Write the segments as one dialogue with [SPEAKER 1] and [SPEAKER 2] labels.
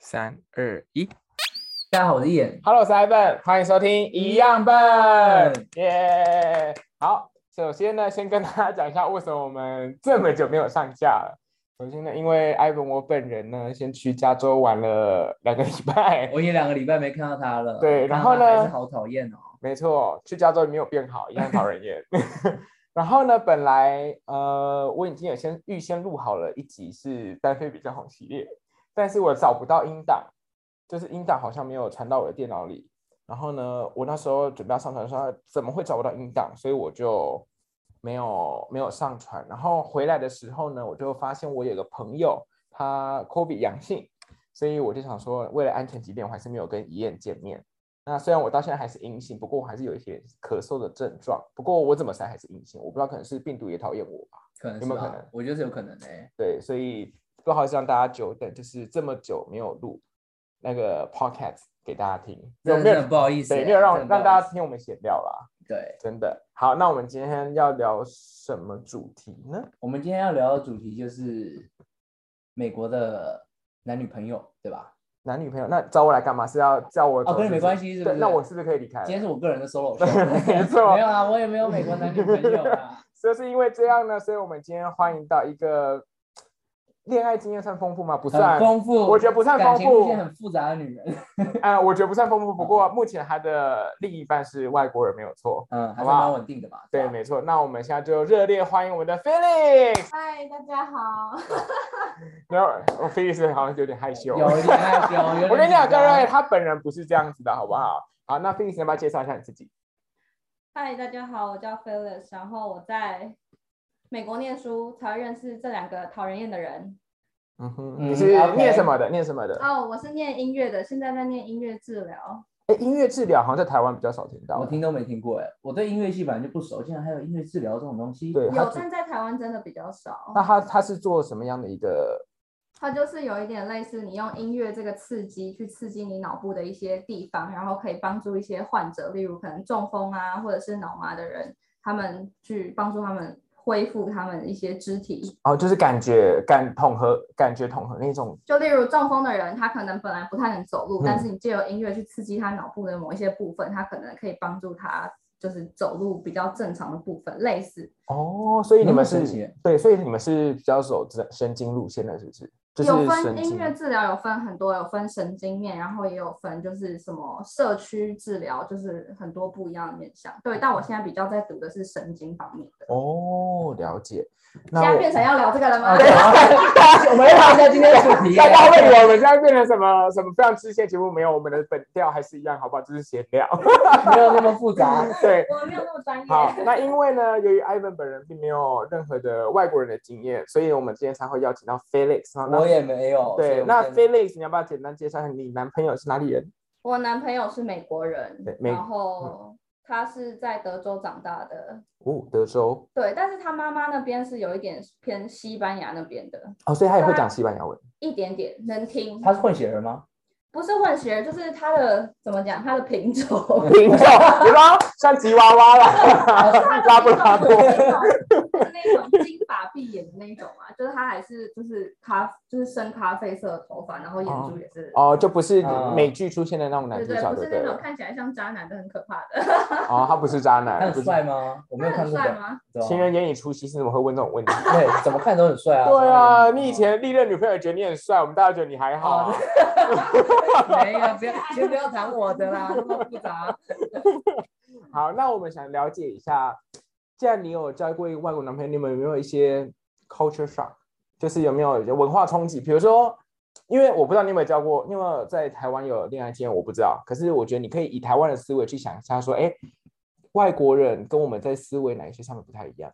[SPEAKER 1] 三二一
[SPEAKER 2] 大家好，我是演。
[SPEAKER 1] ，Hello，我是 Ivan，欢迎收听一样笨
[SPEAKER 2] 嗯，
[SPEAKER 1] 耶、好，首先呢，先跟大家讲一下为什么我们这么久没有上架了。首先呢，因为 Ivan 我本人呢，先去加州玩了两个礼拜，
[SPEAKER 2] 我也两个礼拜没看到他了。
[SPEAKER 1] 对然后呢
[SPEAKER 2] 看到他还是好讨厌哦。
[SPEAKER 1] 没错，去加州没有变好，一样讨人厌。 然后呢，本来呃，我已经有先预先录好了一集是单飞比较红系列，但是我找不到音档，就是音档好像没有传到我的电脑里。然后呢，我那时候准备要上传的时候，怎么会找不到音档？所以我就没有没有上传。然后回来的时候呢，我就发现我有个朋友他 COVID 阳性，所以我就想说，为了安全起见，我还是没有跟怡燕见面。那虽然我到现在还是阴性，不过我还是有一些咳嗽的症状。不过我怎么猜还是阴性，我不知道可能是病毒也讨厌我吧。
[SPEAKER 2] 可能
[SPEAKER 1] 有
[SPEAKER 2] 是
[SPEAKER 1] 没有
[SPEAKER 2] 吧
[SPEAKER 1] 可能
[SPEAKER 2] 我觉得是有可能欸诶、
[SPEAKER 1] 对，所以不好意思让大家久等，就是这么久没有录那个 podcast 给大家听，有
[SPEAKER 2] 真
[SPEAKER 1] 没
[SPEAKER 2] 的
[SPEAKER 1] 有
[SPEAKER 2] 很不好意思、
[SPEAKER 1] 对
[SPEAKER 2] 欸，
[SPEAKER 1] 没有让
[SPEAKER 2] 真的不好
[SPEAKER 1] 让大
[SPEAKER 2] 意
[SPEAKER 1] 家
[SPEAKER 2] 思
[SPEAKER 1] 听我们闲聊啦，
[SPEAKER 2] 对，
[SPEAKER 1] 真的。好，那我们今天要聊什么主题呢？
[SPEAKER 2] 我们今天要聊的主题就是美国的男女朋友，对吧？
[SPEAKER 1] 男女朋友？那找我来干嘛？是要叫我
[SPEAKER 2] 哦，跟你没关系，
[SPEAKER 1] 系
[SPEAKER 2] 是不是？
[SPEAKER 1] 那我是不是可以离开了？
[SPEAKER 2] 今天是我个人的 solo
[SPEAKER 1] 没
[SPEAKER 2] show，
[SPEAKER 1] 错
[SPEAKER 2] 没有啊，我也没有美国男女朋友啊。
[SPEAKER 1] 就是因为这样呢，所以我们今天欢迎到一个恋爱经验算丰富 吗？不算
[SPEAKER 2] 很，丰富，
[SPEAKER 1] 我觉得不算
[SPEAKER 2] 感情
[SPEAKER 1] 丰富
[SPEAKER 2] 路线很复杂的女人，
[SPEAKER 1] 啊、我觉得不算丰富。不
[SPEAKER 2] 嗯
[SPEAKER 1] 过目前他的另一半是外国人，没有错。
[SPEAKER 2] 嗯，
[SPEAKER 1] 好
[SPEAKER 2] 还是
[SPEAKER 1] 不好
[SPEAKER 2] 蛮稳定的吧？
[SPEAKER 1] 对，
[SPEAKER 2] 吧
[SPEAKER 1] 没错。那我们现在就热烈欢迎我们的 Felix。
[SPEAKER 3] 嗨，大家好。
[SPEAKER 1] 然后我 Felix 好像有点害羞。
[SPEAKER 2] 有一点害羞，有 点
[SPEAKER 1] 我跟你讲，
[SPEAKER 2] 紧
[SPEAKER 1] 各
[SPEAKER 2] 张
[SPEAKER 1] 位，他本人不是这样子的，好不好？好，那 Felix 你要不要介绍一下你自己？
[SPEAKER 3] 嗨，大家好，我叫 Phyllis，然后我在美国念书，才会认识这两个讨人厌的人。
[SPEAKER 1] 嗯哼，
[SPEAKER 2] 嗯
[SPEAKER 1] 你是
[SPEAKER 2] OK
[SPEAKER 1] 念什么的？念什么的？
[SPEAKER 3] 哦，我是念音乐的，现在在念音乐治疗。
[SPEAKER 1] 哎，音乐治疗好像在台湾比较少听到
[SPEAKER 2] 我。听都没听过哎，我对音乐系本来就不熟，竟然还有音乐治疗这种东西。
[SPEAKER 1] 对，他
[SPEAKER 3] 有，
[SPEAKER 1] 只
[SPEAKER 3] 但在台湾真的比较少
[SPEAKER 1] 那。他他是做什么样的一个？
[SPEAKER 3] 它就是有一点类似你用音乐这个刺激去刺激你脑部的一些地方，然后可以帮助一些患者，例如可能中风啊，或者是脑麻的人，他们去帮助他们恢复他们一些肢体
[SPEAKER 1] 哦，就是感觉感统合，感觉统合那种
[SPEAKER 3] 就例如中风的人，他可能本来不太能走路，
[SPEAKER 1] 嗯
[SPEAKER 3] 但是你借由音乐去刺激他脑部的某一些部分，他可能可以帮助他就是走路比较正常的部分，类似。
[SPEAKER 1] 哦，所以你
[SPEAKER 2] 那
[SPEAKER 1] 们
[SPEAKER 2] 么
[SPEAKER 1] 是
[SPEAKER 2] 神奇
[SPEAKER 1] 对，所以你们是比较走神神经路线的，是不是？就是
[SPEAKER 3] 有
[SPEAKER 1] 神
[SPEAKER 3] 分
[SPEAKER 1] 经
[SPEAKER 3] 音乐治疗，有分很多，有分神经面，然后也有分就是什么社区治疗，就是很多不一样的面向。对，但我现在比较在读的是神经方面的。
[SPEAKER 1] 哦，了解。那
[SPEAKER 3] 现在
[SPEAKER 1] 我
[SPEAKER 3] 变 成要聊这个了吗？
[SPEAKER 2] 啊，对啊我们来聊一下今天的主题。
[SPEAKER 1] 大家会以为我们现在变成什么什么非常支线节目？没有，我们的本调还是一样，好不好？就是闲聊。
[SPEAKER 2] 没有那么复杂。
[SPEAKER 1] 对，
[SPEAKER 3] 我没有那么专
[SPEAKER 1] 好
[SPEAKER 3] 业。，
[SPEAKER 1] 那因为呢，由于 Ivan 本人并没有任何的外国人的经验，所以我们今天才会邀请到 Felix 啊。那
[SPEAKER 2] 我也没有。所以
[SPEAKER 1] 对，
[SPEAKER 2] 我
[SPEAKER 1] 那
[SPEAKER 2] 真的
[SPEAKER 1] Felix，你要不要简单介绍一下你男朋友是哪里人？
[SPEAKER 3] 我男朋友是美国人
[SPEAKER 1] 对，美嗯
[SPEAKER 3] 然后他是在德州长大的，
[SPEAKER 1] 哦，德州。
[SPEAKER 3] 对，但是他妈妈那边是有一点偏西班牙那边的，
[SPEAKER 1] 哦，所以他也会
[SPEAKER 3] 他
[SPEAKER 1] 讲西班牙文。
[SPEAKER 3] 一点点能听，
[SPEAKER 2] 他是混血儿吗？
[SPEAKER 3] 不是混血儿，就是他的怎么讲，他的品种，
[SPEAKER 1] 品种，你知道啊像吉娃娃 啦， 拉布拉多。
[SPEAKER 3] 就是那种金发碧眼的那种嘛，就是他还是就是咖就是深咖啡色的头发，然后眼珠也 是，
[SPEAKER 1] 哦，就不是
[SPEAKER 2] 嗯
[SPEAKER 1] 美剧出现的那种男
[SPEAKER 3] 对
[SPEAKER 1] 主
[SPEAKER 3] 对，
[SPEAKER 1] 角，
[SPEAKER 3] 不
[SPEAKER 1] 对
[SPEAKER 3] 是
[SPEAKER 1] 不
[SPEAKER 3] 那
[SPEAKER 1] 对？
[SPEAKER 3] 种看起来像渣男的很可怕的，
[SPEAKER 1] 哦，他不是渣
[SPEAKER 2] 他
[SPEAKER 1] 男，不
[SPEAKER 2] 很
[SPEAKER 1] 是
[SPEAKER 2] 帅吗？我没有
[SPEAKER 3] 他
[SPEAKER 2] 看
[SPEAKER 3] 很
[SPEAKER 2] 过
[SPEAKER 3] 帅
[SPEAKER 2] 的。
[SPEAKER 3] 吗？
[SPEAKER 2] 对啊
[SPEAKER 1] 情人眼里出西施，怎么会问这种问题？
[SPEAKER 2] 对，怎么看都很帅 啊。
[SPEAKER 1] 对啊，
[SPEAKER 2] 怎么看都很
[SPEAKER 1] 你以前历任女朋友觉得你很帅，我们大家觉得你还好啊。
[SPEAKER 2] 没有，不要，先不要谈我的啦， 那么复杂。啊
[SPEAKER 1] 好，那我们想了解一下，既然你有交过一个外国男朋友，你们有没有一些 culture shock，就是有没有文化冲击？比如说，因为我不知道你有没有交过，你有没有在台湾有恋爱经验，我不知道。可是我觉得你可以以台湾的思维去想一下，说，哎，外国人跟我们在思维哪一些上面不太一样？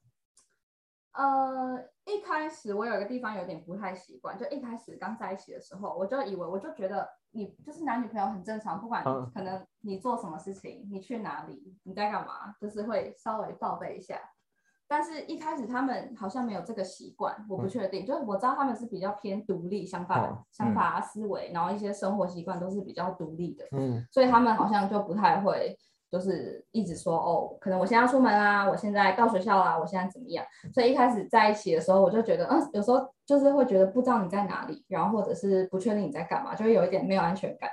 [SPEAKER 3] 呃，一开始我有一个地方有点不太习惯，就一开始刚在一起的时候，我就以为我就觉得你就是男女朋友很正常，不管
[SPEAKER 1] 嗯
[SPEAKER 3] 可能你做什么事情，你去哪里，你在干嘛，就是会稍微报备一下。但是一开始他们好像没有这个习惯，我不
[SPEAKER 1] 嗯
[SPEAKER 3] 确定。就是我知道他们是比较偏独立想法、
[SPEAKER 1] 嗯
[SPEAKER 3] 想法、思维，然后一些生活习惯都是比较独立的。
[SPEAKER 1] 嗯，
[SPEAKER 3] 所以他们好像就不太会就是一直说哦，可能我现在要出门啊，我现在到学校啦、我现在怎么样？所以一开始在一起的时候，我就觉得，嗯，有时候就是会觉得不知道你在哪里，然后或者是不确定你在干嘛，就会有一点没有安全感，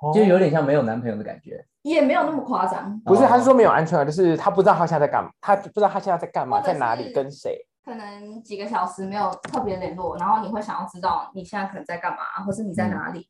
[SPEAKER 1] 哦
[SPEAKER 2] 就有点像没有男朋友的感觉。
[SPEAKER 3] 也没有那么夸张，
[SPEAKER 1] 不是，他是说没有
[SPEAKER 2] 哦
[SPEAKER 1] 安全感，就是他不知道他现在在干嘛，他不知道他现在在干嘛，
[SPEAKER 3] 或者
[SPEAKER 1] 在哪里，
[SPEAKER 3] 是
[SPEAKER 1] 跟谁。
[SPEAKER 3] 可能几个小时没有特别联络，然后你会想要知道你现在可能在干嘛，或是你在哪里，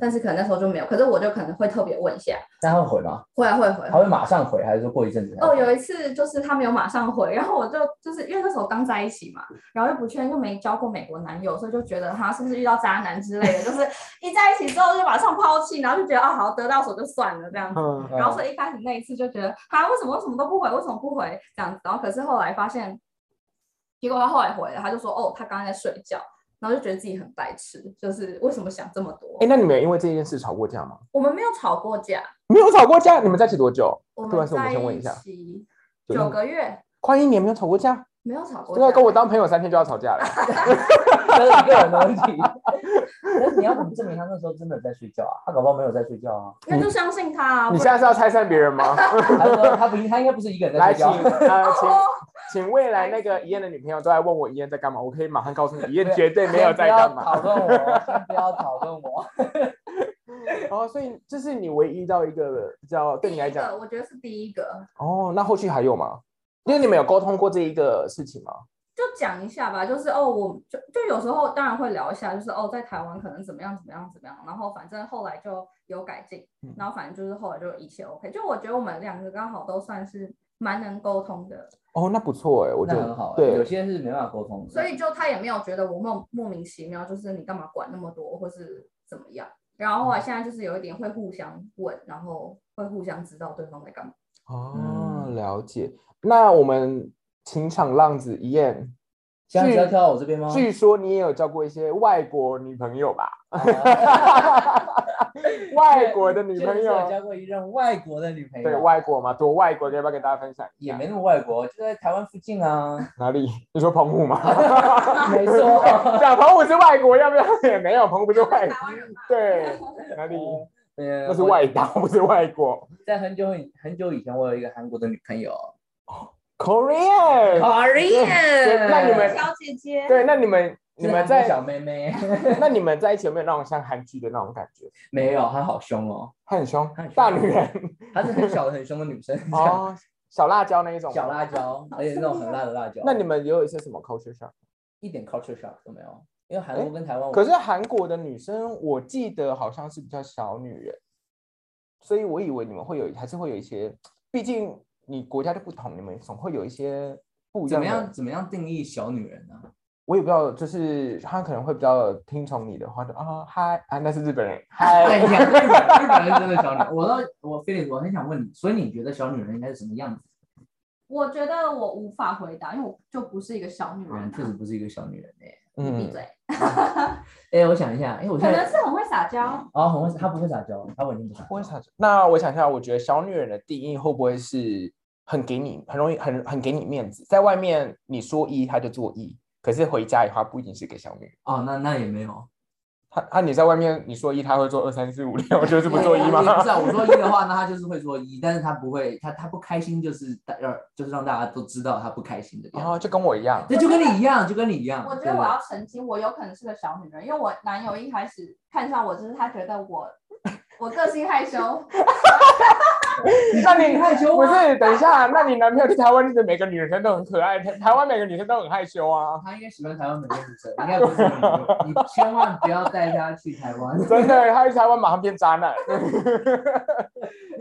[SPEAKER 3] 但是可能那时候就没有，可是我就可能会特别问一下，
[SPEAKER 2] 那他会回吗？
[SPEAKER 3] 会啊会会
[SPEAKER 2] 他会马上回，还是说过一阵子才
[SPEAKER 3] 哦，
[SPEAKER 2] 回？
[SPEAKER 3] 有一次就是他没有马上回，然后我就就是因为那时候刚在一起嘛，然后又不确定，又没交过美国男友，所以就觉得他是不是遇到渣男之类的， 就是一在一起之后就马上抛弃，然后就觉得啊好得到手就算了这样子。
[SPEAKER 1] 嗯，
[SPEAKER 2] 嗯
[SPEAKER 3] 然后所以一开始那一次就觉得啊为什么为什么都不回，为什么不回这样子，然后可是后来发现，结果他后来回了，他就说哦他刚刚在睡觉，然后就觉得自己很白痴，就是为什么想这么多
[SPEAKER 1] 哎，？那你们有因为这件事吵过架吗？
[SPEAKER 3] 我们没有吵过架，
[SPEAKER 1] 没有吵过架，你们在一起多久？
[SPEAKER 3] 我
[SPEAKER 1] 对啊
[SPEAKER 3] 们
[SPEAKER 1] 所以我
[SPEAKER 3] 在
[SPEAKER 1] 们先问一
[SPEAKER 3] 一
[SPEAKER 1] 下
[SPEAKER 3] 起
[SPEAKER 1] 九
[SPEAKER 3] 九个月
[SPEAKER 1] 快一年没有吵过架，
[SPEAKER 3] 没有吵过
[SPEAKER 1] 这个啊
[SPEAKER 3] 架。
[SPEAKER 1] 跟我当朋友三天就要吵架了。
[SPEAKER 2] 这是个人的问题。可是你要怎么证明他那时候真的在睡觉啊？他搞不好没有在睡觉啊。
[SPEAKER 3] 那就相信他啊！
[SPEAKER 1] 你
[SPEAKER 3] 不
[SPEAKER 1] 现在
[SPEAKER 3] 然
[SPEAKER 1] 是要拆散别人 吗？
[SPEAKER 2] 他说他不应，他应该不是一个人在
[SPEAKER 1] 来，
[SPEAKER 2] 睡
[SPEAKER 1] 请
[SPEAKER 2] 觉。
[SPEAKER 1] 呃，请
[SPEAKER 3] 哦
[SPEAKER 1] 请未来那个一燕的女朋友都来问我一燕在干嘛，我可以马上告诉你，一
[SPEAKER 2] 不
[SPEAKER 1] 燕
[SPEAKER 2] 要
[SPEAKER 1] 绝对没有在干嘛。
[SPEAKER 2] 先不要讨论我，先不要讨论我。
[SPEAKER 1] 哦，所以这是你唯一到一个比较对你来
[SPEAKER 3] 第一
[SPEAKER 1] 讲，
[SPEAKER 3] 个我觉得是第一个，
[SPEAKER 1] 哦，那后续还有吗？因为你们有沟通过这一个事情吗？
[SPEAKER 3] 就讲一下吧，就是哦，我就就有时候当然会聊一下，就是哦，在台湾可能怎么样怎么样怎么样，然后反正后来就有改进
[SPEAKER 1] 嗯，
[SPEAKER 3] 然后反正就是后来就一切 OK，就我觉得我们两个刚好都算是蛮能沟通的，
[SPEAKER 1] 哦，那不错哎，我觉
[SPEAKER 2] 那
[SPEAKER 1] 得
[SPEAKER 2] 很好、欸，有
[SPEAKER 1] 对，
[SPEAKER 2] 些是没办法沟通的。
[SPEAKER 3] 所以就他也没有觉得我莫莫名其妙，就是你干嘛管那么多，或是怎么样。然后后来现在就是有一点会互相问，然后会互相知道对方在干嘛。
[SPEAKER 1] 哦，了解。那我们情场浪子一燕，
[SPEAKER 2] 现在只要跳到我这边吗？
[SPEAKER 1] 据说你也有交过一些外国女朋友吧？
[SPEAKER 2] 啊
[SPEAKER 1] 外国的女朋
[SPEAKER 2] 确实有
[SPEAKER 1] 友，
[SPEAKER 2] 交过一任外国的女朋友，
[SPEAKER 1] 对外国嘛，多外国的，要不要跟大家分享一
[SPEAKER 2] 啊也
[SPEAKER 1] 下？
[SPEAKER 2] 没那么外国，就在台湾附近啊。
[SPEAKER 1] 哪里？你说澎湖 吗？
[SPEAKER 2] 没错，
[SPEAKER 1] 讲澎湖是外国，要不要也没有，澎湖不是外
[SPEAKER 3] 台
[SPEAKER 1] 国，
[SPEAKER 3] 湾人嘛，
[SPEAKER 1] 对，哪里？
[SPEAKER 2] 呃
[SPEAKER 1] 那是外岛，不是外国。
[SPEAKER 2] 在很久很很久以前，我有一个韩国的女朋友
[SPEAKER 1] Korean，
[SPEAKER 2] ，Korean
[SPEAKER 1] 那你们
[SPEAKER 3] 小姐姐，
[SPEAKER 1] 对，那你们你们
[SPEAKER 2] 是韩国啊小
[SPEAKER 1] 在
[SPEAKER 2] 妹妹
[SPEAKER 1] 那你们在一起有没有那种像韩剧的那种感觉？
[SPEAKER 2] 没有？她好凶哦，
[SPEAKER 1] 她很凶
[SPEAKER 2] 她很，凶
[SPEAKER 1] 大女人
[SPEAKER 2] 她是很小的很凶的女生，
[SPEAKER 1] 哦，小辣椒那一种。
[SPEAKER 2] 小。辣椒，而且那种很辣的辣椒。
[SPEAKER 1] 那你们也有一些什么 culture shock？
[SPEAKER 2] 一点 culture shock 都没有，因为韩国跟台湾我，
[SPEAKER 1] 可是韩国的女生，我记得好像是比较小女人，所以我以为你们会有，还是会有一些，毕竟你国家就不同，你们总会有一些不一
[SPEAKER 2] 怎
[SPEAKER 1] 样
[SPEAKER 2] 么
[SPEAKER 1] 的。
[SPEAKER 2] 样怎么样定义小女人呢、
[SPEAKER 1] 我也不知道，就是他可能会比较听从你的话，就啊嗨啊，那是日本人，嗨
[SPEAKER 2] 日本哎日本日本人真的小女人，我都我 Felix，我很想问你，所以你觉得小女人应该是什么样子？
[SPEAKER 3] 我觉得我无法回答，因为我就不是一个小女
[SPEAKER 2] 嗯，
[SPEAKER 3] 人、
[SPEAKER 2] 确实不是一个小女人哎、
[SPEAKER 3] 闭
[SPEAKER 1] 嗯，
[SPEAKER 3] 嘴，
[SPEAKER 2] 哎、我想一下，哎、我
[SPEAKER 3] 可
[SPEAKER 2] 现
[SPEAKER 3] 能
[SPEAKER 2] 在
[SPEAKER 3] 是很会撒娇，
[SPEAKER 2] 哦，很会，她不会撒娇，她完全不撒
[SPEAKER 1] 我也
[SPEAKER 2] 娇。
[SPEAKER 1] 想，那我想一下，我觉得小女人的定义会不会是很给你，很容易，很很给你面子，在外面你说一，她就做一，可是回家以后她不一定是个小女人。
[SPEAKER 2] 哦，那那也没有，
[SPEAKER 1] 她她你在外面你说一，她会做二三四五六，就是不做一
[SPEAKER 2] 也也不
[SPEAKER 1] 吗
[SPEAKER 2] 是？啊，我说一的话，那她就是会说一，但是她不会，她她不开心就是大让就是让大家都知道她不开心的样
[SPEAKER 1] 哦，
[SPEAKER 2] 子。
[SPEAKER 1] 就跟我一样，
[SPEAKER 2] 那就跟你一样，就跟你一样。
[SPEAKER 3] 我觉
[SPEAKER 2] 对
[SPEAKER 3] 得
[SPEAKER 2] 不
[SPEAKER 3] 我
[SPEAKER 1] 嗯
[SPEAKER 2] 对
[SPEAKER 3] 要澄清，我有可能是个小女人，因为我男友一开始看上我，就是他觉得我我个性害羞，
[SPEAKER 1] 那你
[SPEAKER 2] 害羞
[SPEAKER 1] 不
[SPEAKER 2] 吗？
[SPEAKER 1] 是？等一下，那你男朋友去台湾，你的每个女生都很可爱，台台湾每个女生都很害羞啊，
[SPEAKER 2] 他应该喜欢台湾美国女生，应该不是美国你千万不要带她去台湾。
[SPEAKER 1] 真的，她去台湾马上变渣男。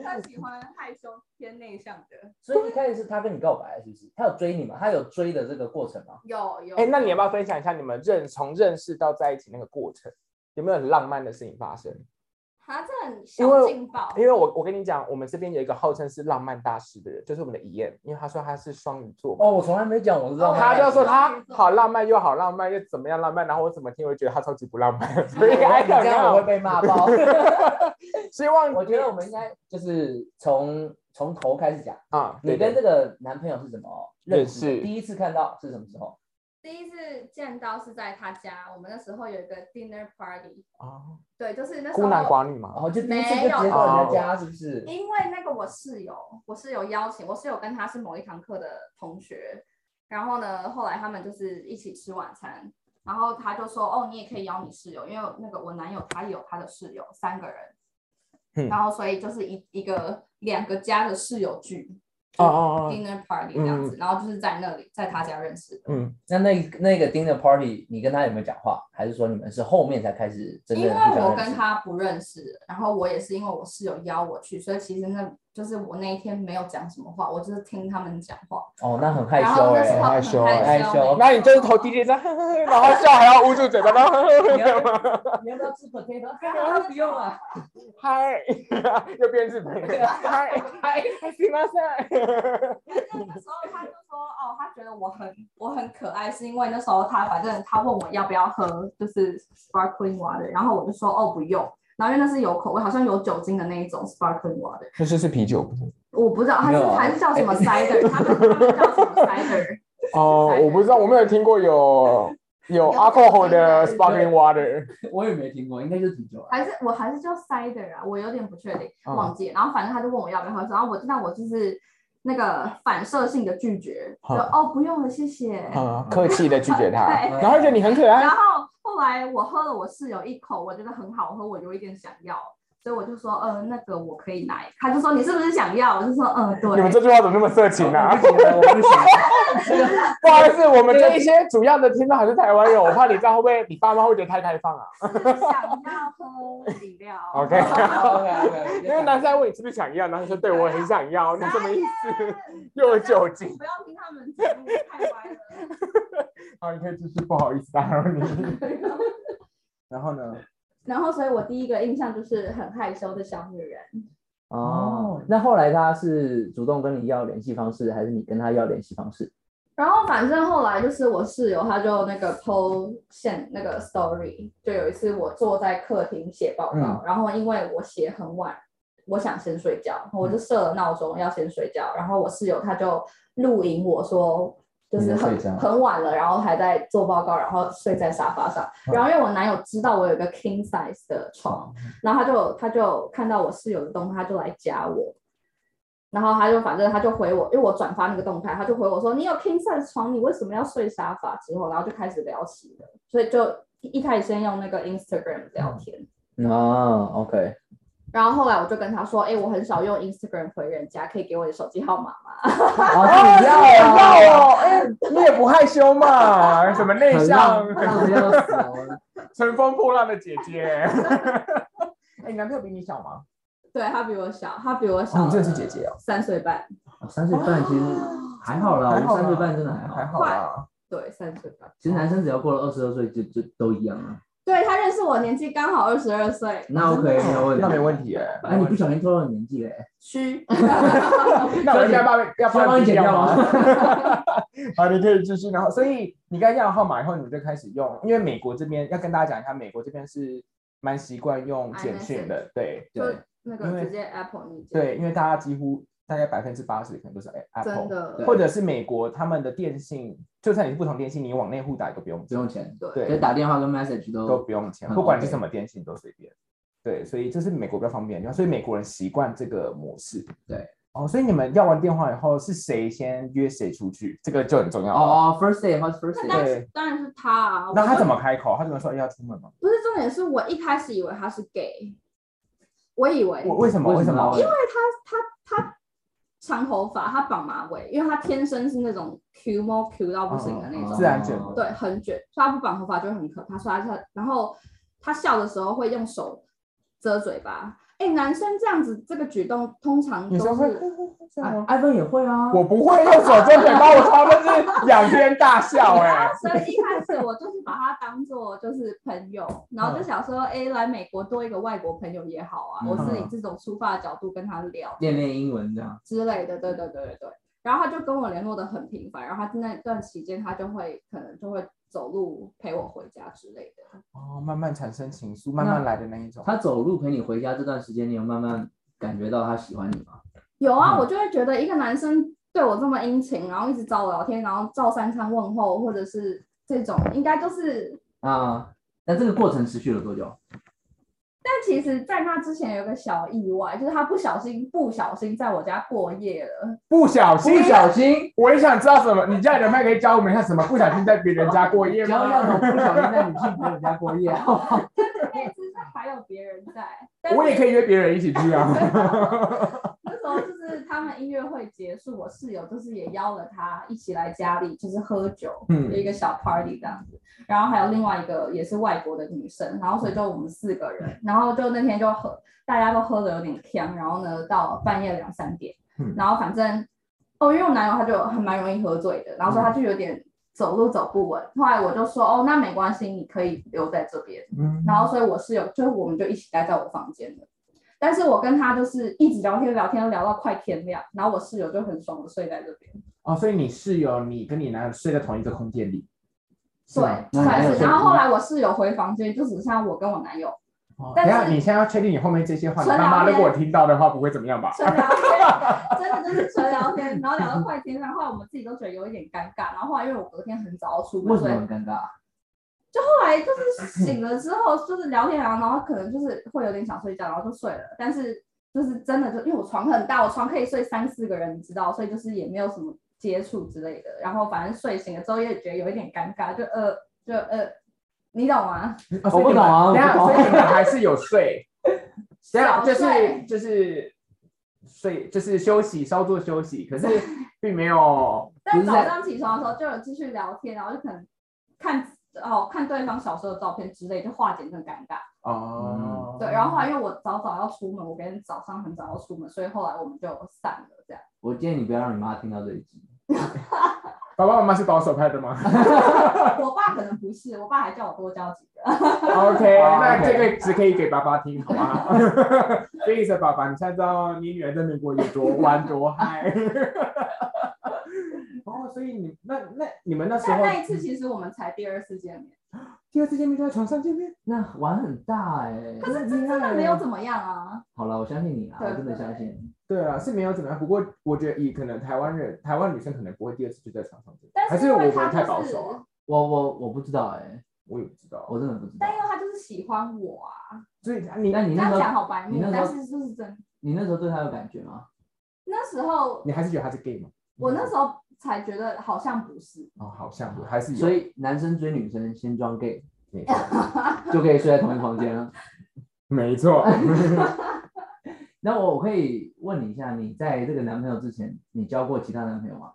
[SPEAKER 3] 他喜欢害羞偏内向的。
[SPEAKER 2] 所以一开始是他跟你告白，是不是？他有追你吗？他有追的这个过程吗？
[SPEAKER 3] 有有，
[SPEAKER 1] 哎、那你要不要分享一下你们认从认识到在一起那个过程，有没有很浪漫的事情发生？
[SPEAKER 3] 他这很
[SPEAKER 1] 因为
[SPEAKER 3] 小劲爆，
[SPEAKER 1] 因为我我跟你讲，我们这边有一个号称是浪漫大师的人，就是我们的怡燕，因为他说他是双鱼座嘛，
[SPEAKER 2] 哦，我从来没讲，我知道
[SPEAKER 3] 哦
[SPEAKER 1] 他
[SPEAKER 2] 他
[SPEAKER 1] 就说
[SPEAKER 3] 双
[SPEAKER 1] 他
[SPEAKER 3] 鱼座
[SPEAKER 1] 好浪漫又好浪漫又怎么样浪漫，然后我怎么听我就觉得他超级不浪漫， 所以
[SPEAKER 2] 你
[SPEAKER 1] I
[SPEAKER 2] 这
[SPEAKER 1] don't
[SPEAKER 2] 样我会
[SPEAKER 1] know。
[SPEAKER 2] 被骂爆。
[SPEAKER 1] 希望
[SPEAKER 2] 我觉得我们应该就是从从头开始讲，
[SPEAKER 1] 啊，
[SPEAKER 2] 你
[SPEAKER 1] 对
[SPEAKER 2] 跟
[SPEAKER 1] 对，
[SPEAKER 2] 这个男朋友是怎么认识
[SPEAKER 1] 认
[SPEAKER 2] 的？
[SPEAKER 1] 识
[SPEAKER 2] 第一次看到是什么时候？
[SPEAKER 3] 第一次见到是在他家，我们那时候有一个 dinner party，
[SPEAKER 1] 哦，
[SPEAKER 3] 对，就是那时
[SPEAKER 1] 孤男
[SPEAKER 3] 候。
[SPEAKER 1] 寡女嘛
[SPEAKER 2] 然，后就第一次就
[SPEAKER 3] 没
[SPEAKER 2] 直
[SPEAKER 3] 有
[SPEAKER 2] 接到人家家，是不是？
[SPEAKER 3] 因为那个我室友，我室友邀请，我室友跟他是某一堂课的同学，然后呢，后来他们就是一起吃晚餐，然后他就说，哦，你也可以邀你室友，因为那个我男友他也有他的室友，三个人，
[SPEAKER 1] 嗯
[SPEAKER 3] 然后所以就是一一个两个家的室友聚
[SPEAKER 1] 哦哦哦，
[SPEAKER 3] dinner party 这样子，然后就是在那里在他家认识的。
[SPEAKER 1] 嗯，
[SPEAKER 2] 那那那个 dinner party，你跟他有没有讲话？还是说你们是后面才开始真
[SPEAKER 3] 因
[SPEAKER 2] 正
[SPEAKER 3] 为
[SPEAKER 2] 的互
[SPEAKER 3] 我
[SPEAKER 2] 相认
[SPEAKER 3] 跟
[SPEAKER 2] 识？
[SPEAKER 3] 他不认识，然后我也是因为我室友邀我去，所以其实那就是我那一天没有讲什么话，我就是听他们讲话。
[SPEAKER 2] 哦，那很害
[SPEAKER 3] 然后
[SPEAKER 2] 羞
[SPEAKER 3] 那时
[SPEAKER 2] 哎、
[SPEAKER 3] 候
[SPEAKER 1] 害
[SPEAKER 3] 很
[SPEAKER 1] 羞
[SPEAKER 3] 害
[SPEAKER 2] 害羞
[SPEAKER 1] 那你就是投 DJ 这样，呵呵呵 然后笑还要捂住嘴巴，然 后呵呵呵
[SPEAKER 2] 你要你要不要吃 potato？啊不用啊。
[SPEAKER 1] 嗨， 又变日本人，嗨啊 嗨，すみませ ん。
[SPEAKER 3] 但是那时候他就说，哦，他觉得我很我很可爱，是因为那时候他反正他问我要不要喝就是 sparkling water，然后我就说哦不用，然后因为那是有口味，好像有酒精的那一种 sparkling water，
[SPEAKER 1] 这就是啤酒，不是？
[SPEAKER 3] 我不知道它
[SPEAKER 2] 没
[SPEAKER 3] 是
[SPEAKER 2] 有啊
[SPEAKER 3] 还是 叫什么 cider，他们他们叫什么 cider，
[SPEAKER 1] 哦，我不知道，我没有听过有有 alcohol 的 sparkling water。
[SPEAKER 2] 我也没听过，应该就是啤酒啊。
[SPEAKER 3] 还是我还是叫 cider 啊，我有点不确定，
[SPEAKER 1] 嗯
[SPEAKER 3] 忘记了。然后反正他就问我要不要喝，然后我那我就是那个反射性的拒绝，就
[SPEAKER 1] 嗯
[SPEAKER 3] 哦不用了，谢谢。
[SPEAKER 1] 嗯，客气的拒 绝他，
[SPEAKER 3] 对
[SPEAKER 1] 然后觉得你很可爱啊
[SPEAKER 3] 然，后后来我喝了我室友一口，我觉得很好喝，我有一点想要，所以我就说，呃，那个我可以来。他就说你是不是想要？我就说，嗯、对。
[SPEAKER 1] 你们这句话怎么那么色情
[SPEAKER 2] 我
[SPEAKER 1] 啊？
[SPEAKER 2] 不行 了，我不行了。
[SPEAKER 1] 不好意思，我们这一些主要的听众还是台湾人，我怕你这样会不会你爸妈会觉得太开 放啊？
[SPEAKER 3] 是想要喝饮料
[SPEAKER 1] OK
[SPEAKER 2] 这个 OK OK，
[SPEAKER 1] 因为男生在问你是不是想要，然后你说对我很想要，你什么意 思？又有酒精。
[SPEAKER 3] 不要听他们节目，太歪了。
[SPEAKER 1] 好，你可以继续，不好意思打扰 你。然后呢？
[SPEAKER 3] 然后，所以我第一个印象就是很害羞的小女人。
[SPEAKER 1] 哦，
[SPEAKER 2] 哦，那后来他是主动跟你要联系方式，还是你跟他要联系方式？
[SPEAKER 3] 然后反正后来就是我室友，他就那个 PO 现那个 story，就有一次我坐在客厅写报告，
[SPEAKER 2] 嗯
[SPEAKER 3] 然后因为我写很晚，我想先睡觉，我就
[SPEAKER 2] 嗯
[SPEAKER 3] 设了闹钟要先睡觉，然后我室友他就录影我说。就是很
[SPEAKER 2] 你在睡觉
[SPEAKER 3] 很晚了，然后还在做报告，然后睡在沙发上。
[SPEAKER 2] 嗯
[SPEAKER 3] 然后因为我男友知道我有一个 king size 的床，然后他就他就看到我室友的动态，他就来加我，然后他就反正他就回我，因为我转发那个动态，他就回我说你有 king size 床，你为什么要睡沙发？之后然后就开始聊起了，所以就一开始先用那个 Instagram 聊天，
[SPEAKER 1] 嗯
[SPEAKER 2] 哦，OK，
[SPEAKER 3] 然后后来我就跟他说，哎，我很少用 Instagram 回人家，可以给我你手机号码吗？
[SPEAKER 2] 哦，
[SPEAKER 1] 哦，
[SPEAKER 2] 是
[SPEAKER 1] 你
[SPEAKER 2] 你
[SPEAKER 1] 也
[SPEAKER 2] 要啊
[SPEAKER 1] 要哦，哎，你也不害羞嘛？什么内
[SPEAKER 2] 很
[SPEAKER 1] 向
[SPEAKER 2] 浪、浪要死哦！
[SPEAKER 1] 乘风破浪的姐姐？ 哎，你男朋友比你小吗？
[SPEAKER 3] 对他比我小，他比我小，
[SPEAKER 1] 哦你真的是姐姐哦，
[SPEAKER 3] 三岁半，
[SPEAKER 2] 哦三岁半其实还好啦，我
[SPEAKER 1] 还
[SPEAKER 2] 们
[SPEAKER 1] 好啦
[SPEAKER 2] 三岁半真的还好。
[SPEAKER 1] 还好啦。
[SPEAKER 3] 对，三岁半。
[SPEAKER 2] 其实男生只要过了二十二岁就就都一样了。
[SPEAKER 3] 对他认识我年纪刚好二十二岁，
[SPEAKER 2] 那 OK，没有问
[SPEAKER 1] 哦
[SPEAKER 2] 题。
[SPEAKER 1] 那没问题哎。
[SPEAKER 2] 哎，你不小心透露你年纪欸嘞？
[SPEAKER 3] 虚。
[SPEAKER 1] 那我应该帮要
[SPEAKER 2] 需要帮你剪掉吗？
[SPEAKER 1] 好，你可以继续。然后，所以你刚才讲号码以后，你们就开始用，因为美国这边要跟大家讲一下，美国这边是蛮习惯用简讯的，对
[SPEAKER 3] 就
[SPEAKER 1] 对
[SPEAKER 3] 那
[SPEAKER 1] 因
[SPEAKER 3] 个
[SPEAKER 1] 为
[SPEAKER 3] 直接 Apple 你接
[SPEAKER 1] 对，因为大家几乎大概百分之八十可能都是 Apple，
[SPEAKER 3] 真的
[SPEAKER 2] 对
[SPEAKER 1] 或者是美国他们的电信，就算你是不同电信，你往内互打都不用
[SPEAKER 2] 不用钱，
[SPEAKER 1] 对
[SPEAKER 2] 可是打电话跟 message 都
[SPEAKER 1] 都不用钱，
[SPEAKER 2] 嗯
[SPEAKER 1] 不管是什么电信都随便。对，所以这是美国比较方便的地方，所以美国人习惯这个模式。
[SPEAKER 2] 对，
[SPEAKER 1] 哦，所以你们要完电话以后，是谁先约谁出去，这个就很重要。，
[SPEAKER 2] 哦哦，first day 或是 first
[SPEAKER 3] 那
[SPEAKER 2] day，
[SPEAKER 1] 对，
[SPEAKER 3] 当然是他啊。
[SPEAKER 1] 那他怎
[SPEAKER 3] 么
[SPEAKER 1] 么开口？他怎么说哎要出门吗？
[SPEAKER 3] 不是重点？是我一开始以为他是 gay，我以为
[SPEAKER 1] 我为什么？为
[SPEAKER 2] 哎为
[SPEAKER 1] 什
[SPEAKER 2] 什么
[SPEAKER 1] 么？
[SPEAKER 2] 因为
[SPEAKER 3] 长头发，他绑马尾，因为他天生是那种 Q 毛 Q 到不行的那
[SPEAKER 1] 哦
[SPEAKER 3] 种，
[SPEAKER 1] 自然卷
[SPEAKER 3] 对，很卷，所以他不绑头发就会很可怕。所以他就然后他笑的时候会用手遮嘴巴。哎，男生这样子这个举动通常
[SPEAKER 1] 女
[SPEAKER 3] 都
[SPEAKER 1] 生会
[SPEAKER 2] 啊
[SPEAKER 3] 是。
[SPEAKER 1] 这样吗？
[SPEAKER 2] ，iPhone 也会啊。
[SPEAKER 1] 我不会用手遮嘴巴，我差不多是仰天大 笑哎、
[SPEAKER 3] 所以一开始我就是把他当做就是朋友，然
[SPEAKER 1] 嗯
[SPEAKER 3] 后就想说，哎、来美国多一个外国朋友也好啊。
[SPEAKER 2] 嗯
[SPEAKER 3] 我是以这种出发的角度跟他聊
[SPEAKER 2] 练练英文这样，
[SPEAKER 3] 之类的，对对对对对。然后他就跟我联络的很频繁，然后他那段期间他就会可能就会走路陪我回家之类的。
[SPEAKER 1] 哦，慢慢产生情愫，慢慢来的那一种。
[SPEAKER 2] 他走路陪你回家这段时间，你有慢慢感觉到他喜欢你吗？
[SPEAKER 3] 有啊，
[SPEAKER 1] 嗯
[SPEAKER 3] 我就会觉得一个男生对我这么殷勤，然后一直找我聊天，然后照三餐问候，或者是这种，应该都是。
[SPEAKER 2] 啊，那这个过程持续了多久？
[SPEAKER 3] 但其实，在那之前有个小意外，就是他不小心不小心在我家过夜了。
[SPEAKER 1] 不小
[SPEAKER 2] 不
[SPEAKER 1] 心，
[SPEAKER 2] 小心，
[SPEAKER 1] 我也想知道什么。你这样人脉可以教我们一下什么？不小心在别人家过夜
[SPEAKER 2] 只要让
[SPEAKER 1] 吗？
[SPEAKER 2] 我不小心带你去朋友家过夜，好不好？
[SPEAKER 3] 那次是还有别人在，但
[SPEAKER 1] 我也
[SPEAKER 3] 是
[SPEAKER 1] 可以约别人一起去 啊。
[SPEAKER 3] 那时候就是他们音乐会结束，我室友就是也邀了他一起来家里，就是喝酒，
[SPEAKER 1] 嗯
[SPEAKER 3] 有一个小 party 这样子。然后还有另外一个也是外国的女生，然后所以就我们四个
[SPEAKER 1] 嗯
[SPEAKER 3] 人，然后就那天就喝，大家都喝的有点呛，然后呢到半夜两三点
[SPEAKER 1] 嗯，
[SPEAKER 3] 然后反正哦，因为我男友他就很蛮容易喝醉的，然后说他就有点走路走不稳，后来我就说哦那没关系，你可以留在这边，
[SPEAKER 1] 嗯
[SPEAKER 3] 然后所以我室友就我们就一起待在我房间了。但是我跟他就是一直聊天聊天聊到快天亮，然后我室友就很爽的睡在这边，
[SPEAKER 1] 哦，所以你室友你跟你男友睡在同一个空间里，是吗
[SPEAKER 3] 对，
[SPEAKER 2] 那你还
[SPEAKER 3] 算
[SPEAKER 2] 有
[SPEAKER 3] 是。
[SPEAKER 2] 睡
[SPEAKER 3] 然后
[SPEAKER 2] 吗
[SPEAKER 3] 后来我室友回房间，就只剩下我跟我男友，
[SPEAKER 1] 哦等
[SPEAKER 3] 但
[SPEAKER 1] 一
[SPEAKER 3] 是
[SPEAKER 1] 下，你现在要确定你后面这些话，你
[SPEAKER 3] 纯
[SPEAKER 1] 爸妈
[SPEAKER 3] 聊
[SPEAKER 1] 如果
[SPEAKER 3] 天
[SPEAKER 1] 听到的话不会怎么样吧？
[SPEAKER 3] 纯聊天，真的就是纯聊天，然后聊到快天亮，后来我们自己都觉得有一点尴尬，然后后来因为我隔天很早出
[SPEAKER 2] 为
[SPEAKER 3] 门，
[SPEAKER 2] 什
[SPEAKER 3] 所
[SPEAKER 2] 么
[SPEAKER 3] 以
[SPEAKER 2] 很尴尬？
[SPEAKER 3] 后来就是醒了之后就是聊天聊，然后可能就是会有点想睡觉，然后就睡了，但是就是真的就因为我床很大，我床可以睡三四个人，你知道，所以就是也没有什么接触之类的，然后反正睡醒了之后也觉得有一点尴尬，就呃就呃，你懂吗？
[SPEAKER 1] 哦所以
[SPEAKER 2] 我不
[SPEAKER 1] 你们
[SPEAKER 2] 懂啊我
[SPEAKER 1] 等一下，
[SPEAKER 2] 不懂
[SPEAKER 1] 所以你 们还是有睡，等一下
[SPEAKER 3] 小
[SPEAKER 1] 就
[SPEAKER 3] 睡
[SPEAKER 1] 是就是睡就是休息，稍作休息，可是并没有
[SPEAKER 3] 但
[SPEAKER 2] 不是
[SPEAKER 3] 早
[SPEAKER 2] 在
[SPEAKER 3] 上起床的时候就有继续聊天，然后就可能看哦看对方小时候的照片之类，就化解这个尴尬。
[SPEAKER 1] 哦。
[SPEAKER 3] 对，然后后来因为我早早要出门，我跟人早上很早要出门，所以后来我们就散了这样。
[SPEAKER 2] 我建议你不要让你妈听到这一集。
[SPEAKER 1] 爸爸妈妈是保守派的吗
[SPEAKER 3] 我爸可能不是，我爸还叫我多交几个。
[SPEAKER 1] ？OK，
[SPEAKER 2] 好啊
[SPEAKER 1] 那
[SPEAKER 2] OK
[SPEAKER 1] 这个只可以给爸爸听，好吗？ 所以说，爸爸，你现在知道你女儿在美国有多玩多 嗨。哦，所以你那那你们那时
[SPEAKER 3] 但
[SPEAKER 1] 候
[SPEAKER 3] 那一次其实我们才第二次见面，
[SPEAKER 1] 第二次见面就在床上见面，
[SPEAKER 2] 那玩很大哎、
[SPEAKER 3] 可是真真的没有怎么样啊。
[SPEAKER 2] 好了，我相信你啊，
[SPEAKER 3] 对
[SPEAKER 2] 我真的相信你。
[SPEAKER 1] 对啊，是没有怎么样。不过我觉得以可能台湾人、台湾女生可能不会第二次就在床上见面，
[SPEAKER 3] 但
[SPEAKER 1] 还
[SPEAKER 3] 是
[SPEAKER 1] 是
[SPEAKER 3] 因
[SPEAKER 1] 我
[SPEAKER 3] 为
[SPEAKER 1] 们
[SPEAKER 3] 他就是
[SPEAKER 1] 太保守啊。
[SPEAKER 2] 我我我不知道哎、
[SPEAKER 1] 我也不知道。
[SPEAKER 2] 我真的不知道
[SPEAKER 3] 但。因为他就是喜欢我啊，
[SPEAKER 1] 所以你
[SPEAKER 2] 但你
[SPEAKER 3] 这
[SPEAKER 2] 那
[SPEAKER 3] 样
[SPEAKER 2] 时
[SPEAKER 3] 讲
[SPEAKER 2] 候
[SPEAKER 3] 好白目
[SPEAKER 2] 你，那时
[SPEAKER 3] 但
[SPEAKER 2] 候
[SPEAKER 3] 是就是真的。
[SPEAKER 2] 你那时候对他有感觉吗？
[SPEAKER 3] 那时候
[SPEAKER 1] 你还是觉得他是 gay 吗？
[SPEAKER 3] 我那时候才觉得好像不是，
[SPEAKER 1] 哦，好像不还是有。
[SPEAKER 2] 所以男生追女生先装 gay
[SPEAKER 1] 没错
[SPEAKER 2] 就可以睡在同一房间了。
[SPEAKER 1] 没 错，
[SPEAKER 2] 那我我可以问你一下，你在这个男朋友之前，你交过其他男朋友吗？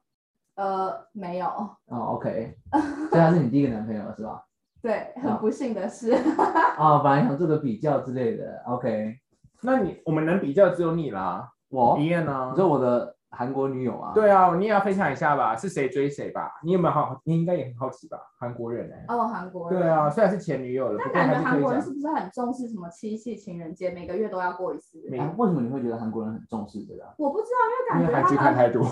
[SPEAKER 3] 呃，没有。
[SPEAKER 2] 哦，OK，所以他是你第一个男朋友是吧？
[SPEAKER 3] 对，
[SPEAKER 2] 啊
[SPEAKER 3] 很不幸的是，
[SPEAKER 2] 啊、本来想做个比较之类的，OK，
[SPEAKER 1] 那你我们能比较只有你啦，
[SPEAKER 2] 我，
[SPEAKER 1] 李
[SPEAKER 2] 你
[SPEAKER 1] 艳
[SPEAKER 3] 啊
[SPEAKER 1] 呢？
[SPEAKER 2] 说我的韩国女友啊，，
[SPEAKER 1] 哦对啊，你也要分享一下吧，是谁追谁吧？你有没有好？你应该也很好奇吧？韩国人哎、
[SPEAKER 3] 哦，韩国人。
[SPEAKER 1] 对啊，，虽然是前女友了，
[SPEAKER 3] 但
[SPEAKER 1] 不过还
[SPEAKER 3] 感觉
[SPEAKER 1] 是
[SPEAKER 3] 韩
[SPEAKER 1] 可以
[SPEAKER 3] 国人
[SPEAKER 1] 讲
[SPEAKER 3] 是。不是很重视什么七夕情人节，每个月都要过一次？
[SPEAKER 1] 没
[SPEAKER 2] 哎，为什么你会觉得韩国人很重视这个啊？
[SPEAKER 3] 我不知道，因
[SPEAKER 1] 因
[SPEAKER 3] 为
[SPEAKER 1] 为
[SPEAKER 3] 感
[SPEAKER 1] 韩剧
[SPEAKER 3] 觉
[SPEAKER 1] 看
[SPEAKER 3] 他们
[SPEAKER 1] 太多，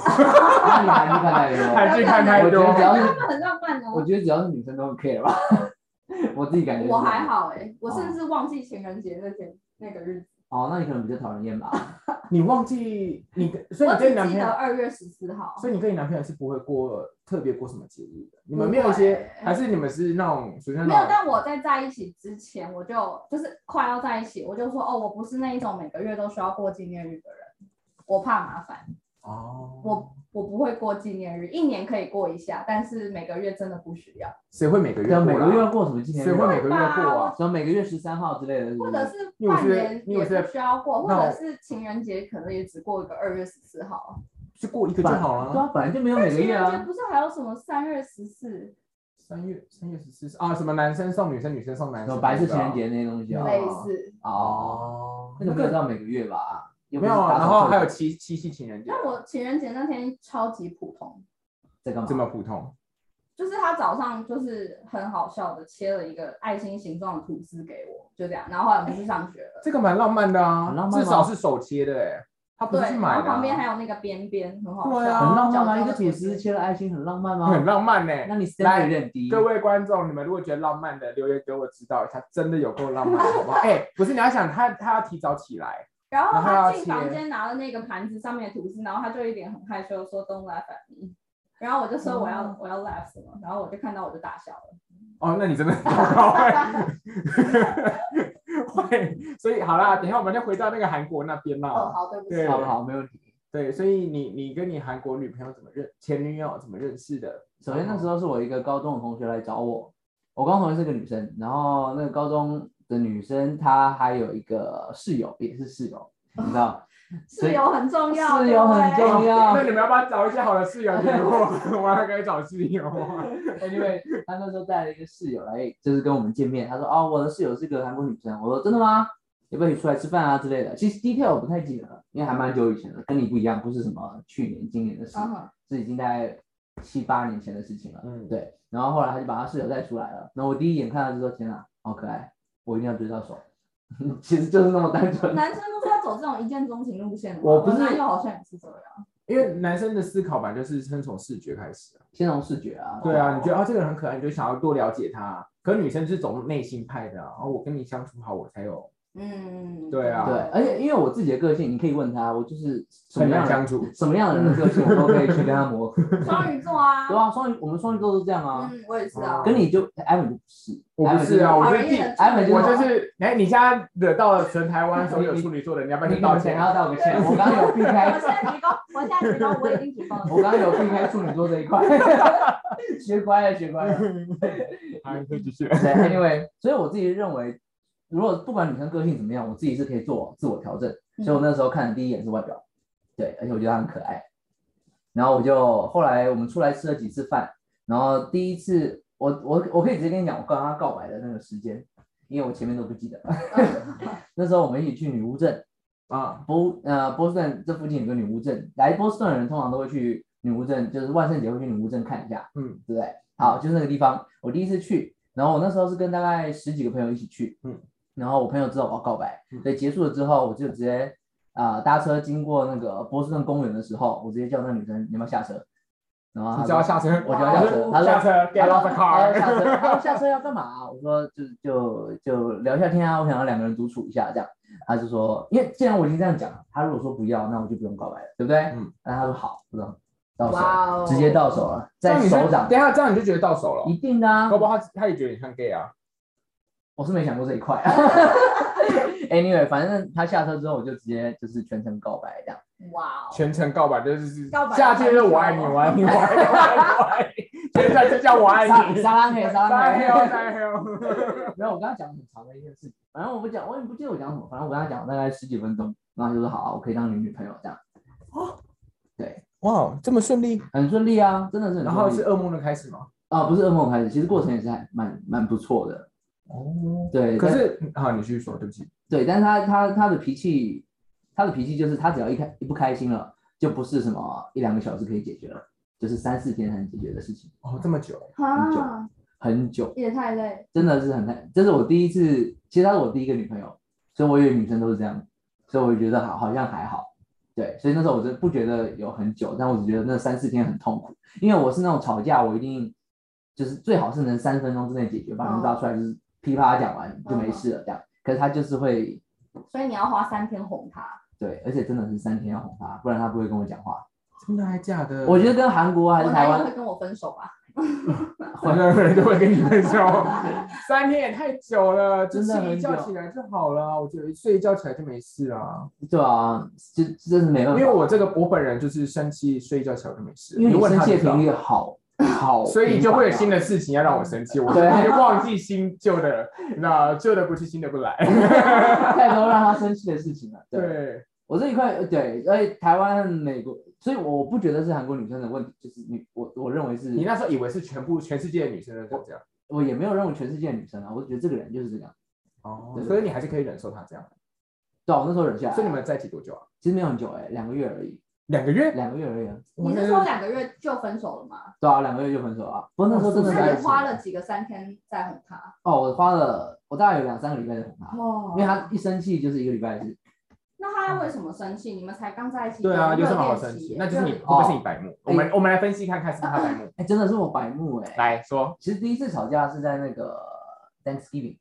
[SPEAKER 2] 那你韩剧看太多，
[SPEAKER 1] 韩剧看 太
[SPEAKER 2] 我觉
[SPEAKER 1] 多。
[SPEAKER 2] 得只要
[SPEAKER 3] 他
[SPEAKER 2] 是
[SPEAKER 3] 们很浪漫
[SPEAKER 2] 我
[SPEAKER 3] 哦。
[SPEAKER 2] 觉得只要是女生都很 care 吧，我自己感觉是
[SPEAKER 3] 我还。好哎、我
[SPEAKER 1] 哦
[SPEAKER 3] 甚至忘记情人节那天那个日子，
[SPEAKER 2] 哦，那你可能比较讨人厌吧？
[SPEAKER 1] 你忘记你跟，所以
[SPEAKER 3] 我
[SPEAKER 1] 你
[SPEAKER 3] 只
[SPEAKER 1] 跟你男
[SPEAKER 3] 记
[SPEAKER 1] 朋友
[SPEAKER 3] 得，二月十四号。
[SPEAKER 1] 所以你跟你男朋友是不会过特别过什么节日的，你们
[SPEAKER 3] 不
[SPEAKER 1] 没有一些，
[SPEAKER 3] 会
[SPEAKER 1] 还是你们是那种属于那
[SPEAKER 3] 没有，
[SPEAKER 1] 种
[SPEAKER 3] 但我在在一起之前，我就就是快要在一起，我就说哦，我不是那一种每个月都需要过纪念日的人，我怕麻烦，
[SPEAKER 1] 哦，
[SPEAKER 3] 我我不会过纪念日，一年可以过一下，但是每个月真的不需要。
[SPEAKER 1] 谁会每个月
[SPEAKER 2] 对
[SPEAKER 1] 过啦？
[SPEAKER 2] 啊，每个月要过什么纪念日
[SPEAKER 1] 谁
[SPEAKER 2] 啊？
[SPEAKER 1] 会每个月过啊
[SPEAKER 3] 吧？
[SPEAKER 2] 什么每个月十三号之类的，是不
[SPEAKER 3] 或
[SPEAKER 2] 是
[SPEAKER 3] 者是
[SPEAKER 1] 你有
[SPEAKER 3] 半
[SPEAKER 1] 觉得
[SPEAKER 3] 年
[SPEAKER 1] 你有
[SPEAKER 3] 也
[SPEAKER 1] 觉得
[SPEAKER 3] 不需要过，或
[SPEAKER 1] 那我
[SPEAKER 3] 者是情人节可能也只过个二月十四号。
[SPEAKER 1] 就过一个就好
[SPEAKER 2] 对
[SPEAKER 1] 了。
[SPEAKER 2] 啊，本来就没
[SPEAKER 1] 哎
[SPEAKER 2] 有每个
[SPEAKER 3] 情
[SPEAKER 2] 月
[SPEAKER 3] 人节
[SPEAKER 2] 啊。
[SPEAKER 3] 不是还有什么三月十四
[SPEAKER 1] 三月三月十四啊，什么男生送女生，女生送男
[SPEAKER 2] 什么
[SPEAKER 1] 生，
[SPEAKER 2] 白色情人节那些东西啊
[SPEAKER 1] 哦？
[SPEAKER 3] 类似？
[SPEAKER 2] 哦，
[SPEAKER 1] 哦，
[SPEAKER 2] 那个没有到每个月吧？有
[SPEAKER 1] 没有啊，然后还有七七夕情人节，
[SPEAKER 3] 但我情人节那天超级普通，
[SPEAKER 2] 在干嘛？
[SPEAKER 1] 这么普通，
[SPEAKER 3] 就是他早上就是很好笑的切了一个爱心形状的吐司给我，就这样。然后后来我们去上学了，
[SPEAKER 1] 这个蛮浪漫的啊
[SPEAKER 2] 很浪，漫吗
[SPEAKER 1] 至少是手切的哎，他不
[SPEAKER 3] 对
[SPEAKER 1] 是去，
[SPEAKER 3] 然
[SPEAKER 1] 买
[SPEAKER 3] 后
[SPEAKER 1] 的啊，
[SPEAKER 3] 旁边还有那个边边，很好笑，
[SPEAKER 1] 对啊
[SPEAKER 2] 很浪漫
[SPEAKER 3] 角
[SPEAKER 2] 吗？
[SPEAKER 3] 角
[SPEAKER 2] 一个
[SPEAKER 3] 的
[SPEAKER 2] 吐
[SPEAKER 3] 边
[SPEAKER 2] 司
[SPEAKER 3] 边
[SPEAKER 2] 切了爱心，哦很浪漫吗？
[SPEAKER 1] 很浪漫呢。
[SPEAKER 2] 那你 standard
[SPEAKER 1] 来
[SPEAKER 2] 有点低。
[SPEAKER 1] 各位观众，你们如果觉得浪漫的，留言给我知道一下，真的有够浪漫，好 不好？哎，不是，你要想他，他要提早起来，
[SPEAKER 3] 然后
[SPEAKER 1] 然后要
[SPEAKER 3] 他进
[SPEAKER 1] 切
[SPEAKER 3] 房间拿了那个盘子上面的吐司，然后他就一脸很害羞地说 “Don't laugh at me”，然后我就说我要、
[SPEAKER 2] 哦
[SPEAKER 3] 我要 laugh 什么，然后我就看到我就大笑了。
[SPEAKER 1] 哦，那你真的很糟糕哎、 会，所以好啦，等一下我们就回到那个韩国那边啦。
[SPEAKER 3] 哦，好，对不起
[SPEAKER 1] 对，
[SPEAKER 2] 好不好？没问题。
[SPEAKER 1] 对，所以你你跟你韩国女朋友怎么认前女友怎么认识的？
[SPEAKER 2] 首先那时候是我一个高中的同学来找我，我高中同学是个女生，然后那个高中的女生她还有一个室友，也是室友， 你知道？所
[SPEAKER 3] 室
[SPEAKER 2] 以
[SPEAKER 3] 友很重要，
[SPEAKER 2] 室友很
[SPEAKER 3] 对不对
[SPEAKER 2] 重要
[SPEAKER 1] 那你们要不要找一些好的室友给我？我要该找室友。
[SPEAKER 2] Anyway，他那时候带了一个室友来，就是跟我们见面。他说：“哦，我的室友是个韩国女生。”我说：“真的吗？要不要一起出来吃饭啊之类的？”其实 detail 我不太记得了，因为还蛮久以前的，跟你不一样，不是什么去年、今年的事，
[SPEAKER 3] 嗯哼
[SPEAKER 2] 是已经大概七八年前的事情了。
[SPEAKER 1] 嗯，
[SPEAKER 2] 对，然后后来他就把他室友带出来了。那我第一眼看到就说：“天啊，好可爱，我一定要追到手。” 其实就是那么单纯。
[SPEAKER 3] 男生都是要走这种一见钟情路线的吗，
[SPEAKER 2] 我不是
[SPEAKER 3] 男友好像也是这样。
[SPEAKER 1] 因为男生的思考吧，就是先从视觉开始啊。
[SPEAKER 2] 先从视觉啊，
[SPEAKER 1] 对啊，你觉得啊这个人很可爱，你就想要多了解他。可女生是走内心派的啊，哦我跟你相处好，我才有
[SPEAKER 3] 嗯，
[SPEAKER 1] 对啊
[SPEAKER 2] 对，而且因为我自己的个性，你可以问他，我就是什么
[SPEAKER 1] 很
[SPEAKER 2] 样
[SPEAKER 1] 难
[SPEAKER 2] 的
[SPEAKER 1] 相
[SPEAKER 2] 人
[SPEAKER 1] 处。
[SPEAKER 2] 什么样的人的个性，我都可以去跟他磨合。
[SPEAKER 3] 双鱼座啊，
[SPEAKER 2] 对啊，双鱼我们双鱼座都是这样啊，
[SPEAKER 3] 嗯，我也是啊
[SPEAKER 1] 嗯，
[SPEAKER 2] 跟你就 Evan 就不是，
[SPEAKER 1] 我不是啊，
[SPEAKER 2] Ivan
[SPEAKER 1] 我就
[SPEAKER 3] 讨人
[SPEAKER 1] 是
[SPEAKER 3] 厌的
[SPEAKER 2] 哎我
[SPEAKER 1] 我
[SPEAKER 2] 我
[SPEAKER 1] 就，
[SPEAKER 2] 就是
[SPEAKER 1] 哎，你现在惹到了全台湾所有处女座的人，你要不要
[SPEAKER 2] 就
[SPEAKER 1] 去
[SPEAKER 2] 是
[SPEAKER 1] 道
[SPEAKER 2] 你
[SPEAKER 1] 歉
[SPEAKER 2] 要？道个歉，我刚刚有避
[SPEAKER 3] 我
[SPEAKER 2] 开
[SPEAKER 3] 现，在提高，我现在提高，我已经提高了。
[SPEAKER 2] 我刚刚有避开处女座这一块， 学乖了，学乖了。
[SPEAKER 1] 好，你可以继续。
[SPEAKER 2] 对，anyway，所以我自己认为，如果不管女生个性怎么样，我自己是可以做自我调整。
[SPEAKER 3] 嗯
[SPEAKER 2] 所以我那时候看的第一眼是外表，对，而且我觉得她很可爱。然后我就后来我们出来吃了几次饭，然后第一次我我我可以直接跟你讲，我跟她告白的那个时间，因为我前面都不记得。 那时候我们一起去女巫镇，
[SPEAKER 1] 啊，
[SPEAKER 2] 波呃波士顿这附近有个女巫镇，来波士顿的人通常都会去女巫镇，就是万圣节会去女巫镇看一下，
[SPEAKER 1] 嗯
[SPEAKER 2] 对不对？好，就是那个地方，我第一次去，然后我那时候是跟大概十几个朋友一起去，
[SPEAKER 1] 嗯，
[SPEAKER 2] 然后我朋友知道我要告白
[SPEAKER 1] 嗯，
[SPEAKER 2] 所以结束了之后，我就直接啊、呃搭车经过那个波士顿公园的时候，我直接叫那个女生你要不要下车，然后
[SPEAKER 1] 你
[SPEAKER 2] 她说
[SPEAKER 1] 只要下车，
[SPEAKER 2] 我就要下车，她说
[SPEAKER 1] 下车，get off the
[SPEAKER 2] 他说
[SPEAKER 1] car。
[SPEAKER 2] 哎下车，他说下车要干嘛、啊我说就就就聊一下天啊，我想要两个人独处一下这样。他就说，因为既然我已经这样讲了，他如果说不要，那我就不用告白了，对不对？
[SPEAKER 1] 嗯。
[SPEAKER 2] 然后他说好，不用，到手，
[SPEAKER 3] 哇哦，
[SPEAKER 2] 直接到手了，
[SPEAKER 1] 这
[SPEAKER 2] 在
[SPEAKER 1] 样你
[SPEAKER 2] 手
[SPEAKER 1] 是
[SPEAKER 2] 掌，
[SPEAKER 1] 等一下这样你就觉得到手了
[SPEAKER 2] 一。定的啊
[SPEAKER 1] 搞。不好他他也觉得你像 gay 啊。
[SPEAKER 2] 我是没想过这一块、啊。anyway，反正他下车之后，我就直接就是全程告白这样。
[SPEAKER 3] 哇哦，
[SPEAKER 1] 全程告白就是
[SPEAKER 3] 告白
[SPEAKER 1] 下去就是我爱你，我爱你，我爱你，我爱你我爱你，现在就叫我爱
[SPEAKER 2] 撒
[SPEAKER 1] 你。
[SPEAKER 2] 撒拉嘿，撒拉嘿。
[SPEAKER 1] 哦，撒黑哦。
[SPEAKER 2] 没有，我跟他讲很长的一件事情，反正我不讲，我也不记得我讲什么，反正我跟他讲了大概十几分钟，然后他就说好、啊，我可以当你女朋友这样，
[SPEAKER 1] 哇，这么顺利，
[SPEAKER 2] 很顺利啊，真的是很顺利。
[SPEAKER 1] 然后是噩梦的开始吗？
[SPEAKER 2] 啊，不是噩梦开始，其实过程也是还蛮蛮不错的，
[SPEAKER 1] 哦，
[SPEAKER 2] 对。
[SPEAKER 1] 可
[SPEAKER 2] 但
[SPEAKER 1] 是好，你继续说，对不起。
[SPEAKER 2] 对，但是他他他的脾气，他的脾气就是他只要一开一不开心了，就不是什么一两个小时可以解决了，就是三四天才能解决的事情，
[SPEAKER 1] 哦，这么久，
[SPEAKER 2] 嗯
[SPEAKER 3] 啊，
[SPEAKER 2] 很久，
[SPEAKER 3] 也太累，
[SPEAKER 2] 真的是很难。这是我第一次，其实她是我第一个女朋友，所以我以为女生都是这样，所以我就觉得好好像还好。对，所以那时候我真不觉得有很久，但我只觉得那三四天很痛苦，因为我是那种吵架，我一定就是最好是能三分钟之内解决，把人
[SPEAKER 3] 嗯
[SPEAKER 2] 拉出来就是噼啪讲完就没事了这样。可是他就是会
[SPEAKER 3] 所以你要花三天哄他。
[SPEAKER 2] 对，而且真的是三天要哄他，不然他不会跟我讲话。
[SPEAKER 1] 真的还假的？
[SPEAKER 2] 我觉得跟韩国还
[SPEAKER 3] 我
[SPEAKER 2] 是台
[SPEAKER 3] 男友
[SPEAKER 2] 湾
[SPEAKER 3] 会跟我分手吧？
[SPEAKER 1] 很多人都会跟你分手，三天也太久了，只
[SPEAKER 2] 真的
[SPEAKER 1] 是
[SPEAKER 2] 很
[SPEAKER 1] 一
[SPEAKER 2] 久
[SPEAKER 1] 觉起来就好了啊。我觉得睡一觉起来就没事啊，
[SPEAKER 2] 对啊，这这是没办
[SPEAKER 1] 因
[SPEAKER 2] 法，
[SPEAKER 1] 为我这个我本人就是生气睡一觉起来我就没事。
[SPEAKER 2] 因为
[SPEAKER 1] 你
[SPEAKER 2] 你
[SPEAKER 1] 问
[SPEAKER 2] 生
[SPEAKER 1] 他
[SPEAKER 2] 气
[SPEAKER 1] 就
[SPEAKER 2] 的
[SPEAKER 1] 知道
[SPEAKER 2] 频率好好，啊
[SPEAKER 1] 所以就会有新
[SPEAKER 2] 的。
[SPEAKER 1] 的事情要让我生气，我就
[SPEAKER 2] 对
[SPEAKER 1] 直接忘记新旧的，那旧的不去，新的不来。
[SPEAKER 2] 太多让他生气的事情了。对，
[SPEAKER 1] 对，
[SPEAKER 2] 我这一块呃对，而且台湾、美国，所以我不觉得是韩国女生的问题，就是女我我认为
[SPEAKER 1] 你
[SPEAKER 2] 是，
[SPEAKER 1] 那时候以为是全部全世界的女生都长这样，
[SPEAKER 2] 我也没有认为全世界的女生啊，我就觉得这个人就是这样。
[SPEAKER 1] 哦
[SPEAKER 2] 对，对
[SPEAKER 1] 所以你还是可以忍受她这样。
[SPEAKER 2] 对啊、我那时候忍下来，
[SPEAKER 1] 所以你们在一起多久啊？
[SPEAKER 2] 其实没有很久哎、两个月而已，
[SPEAKER 1] 两个月？
[SPEAKER 2] 两个月而已啊，
[SPEAKER 3] 你是说两个月就分手了吗？
[SPEAKER 2] 对啊，两个月就分手啊。不过那时候真的
[SPEAKER 1] 对
[SPEAKER 2] 是在
[SPEAKER 3] 那
[SPEAKER 2] 一
[SPEAKER 3] 哦你
[SPEAKER 2] 起
[SPEAKER 3] 花了几个三天在哄他？
[SPEAKER 2] 哦，我花了我大概有两三个礼拜在哄他，
[SPEAKER 3] 哦
[SPEAKER 2] 因为他一生气就是一个礼拜的事。
[SPEAKER 3] 那他为什么生气？你们才刚在一起，
[SPEAKER 1] 对啊，有
[SPEAKER 3] 热
[SPEAKER 1] 什么好
[SPEAKER 3] 恋
[SPEAKER 1] 生
[SPEAKER 3] 期
[SPEAKER 1] 气
[SPEAKER 3] 耶？
[SPEAKER 1] 那就是你，会
[SPEAKER 3] 热
[SPEAKER 1] 不会是你白目？我们我们来分析看看是不是他白目。
[SPEAKER 2] 哎，真的是我白目哦哎、
[SPEAKER 1] 来说，
[SPEAKER 2] 其实第一次吵架是在那个
[SPEAKER 1] 嗯
[SPEAKER 2] 嗯 Thanksgiving，、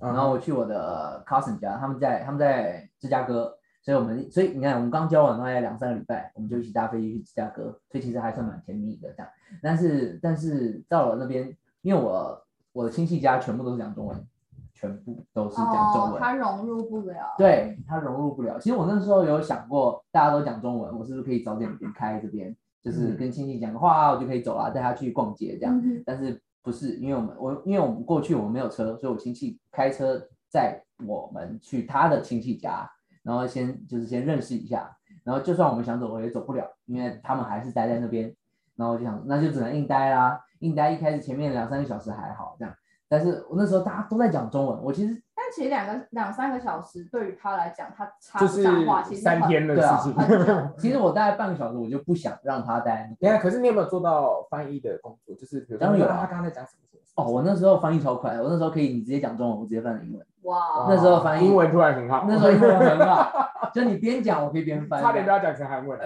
[SPEAKER 2] 然后我去我的 cousin 家，他们在他们在芝加哥，所以我们所以你看，我们刚交往大概两三个礼拜，我们就一起搭飞机去芝加哥，所以其实还算蛮甜蜜的这样。但是但是到了那边，因为我我的亲戚家全部都是讲中文，全部都是讲中
[SPEAKER 3] 哦，
[SPEAKER 2] 文，
[SPEAKER 3] 他融入不了。
[SPEAKER 2] 对他融入不了。其实我那时候有想过，大家都讲中文，我是不是可以早点离开这边，就是
[SPEAKER 1] 嗯
[SPEAKER 2] 跟亲戚讲个话，啊我就可以走了，带他去逛街这样。
[SPEAKER 3] 嗯
[SPEAKER 2] 但是不是因为我们我因为我们过去我们没有车，所以我亲戚开车载我们去他的亲戚家，然后先就是先认识一下，然后就算我们想走，我也走不了，因为他们还是待在那边，然后我就想那就只能硬待啦，硬待一开始前面两三个小时还好这样，但是我那时候大家都在讲中文，我其实
[SPEAKER 3] 但其实两个两三个小时对于他来讲，他插
[SPEAKER 1] 就
[SPEAKER 3] 不
[SPEAKER 1] 是
[SPEAKER 3] 上话，其实很
[SPEAKER 1] 三天的
[SPEAKER 2] 对啊
[SPEAKER 1] 事情。
[SPEAKER 3] 很久。
[SPEAKER 2] 其实我大概半个小时我就不想让他待在那边
[SPEAKER 1] 你看，可是你有没有做到翻译的工作？就是比如说
[SPEAKER 2] 当然有啊
[SPEAKER 1] 他刚才讲什么什么
[SPEAKER 2] 哦，我那时候翻译超快，我那时候可以你直接讲中文，我直接翻成英文，
[SPEAKER 3] 哇，
[SPEAKER 1] 嗯
[SPEAKER 2] 那时候翻译
[SPEAKER 1] 英文突然很好，
[SPEAKER 2] 那时候英文很好，就你边讲我可以边翻，
[SPEAKER 1] 差点就要讲成韩 文了。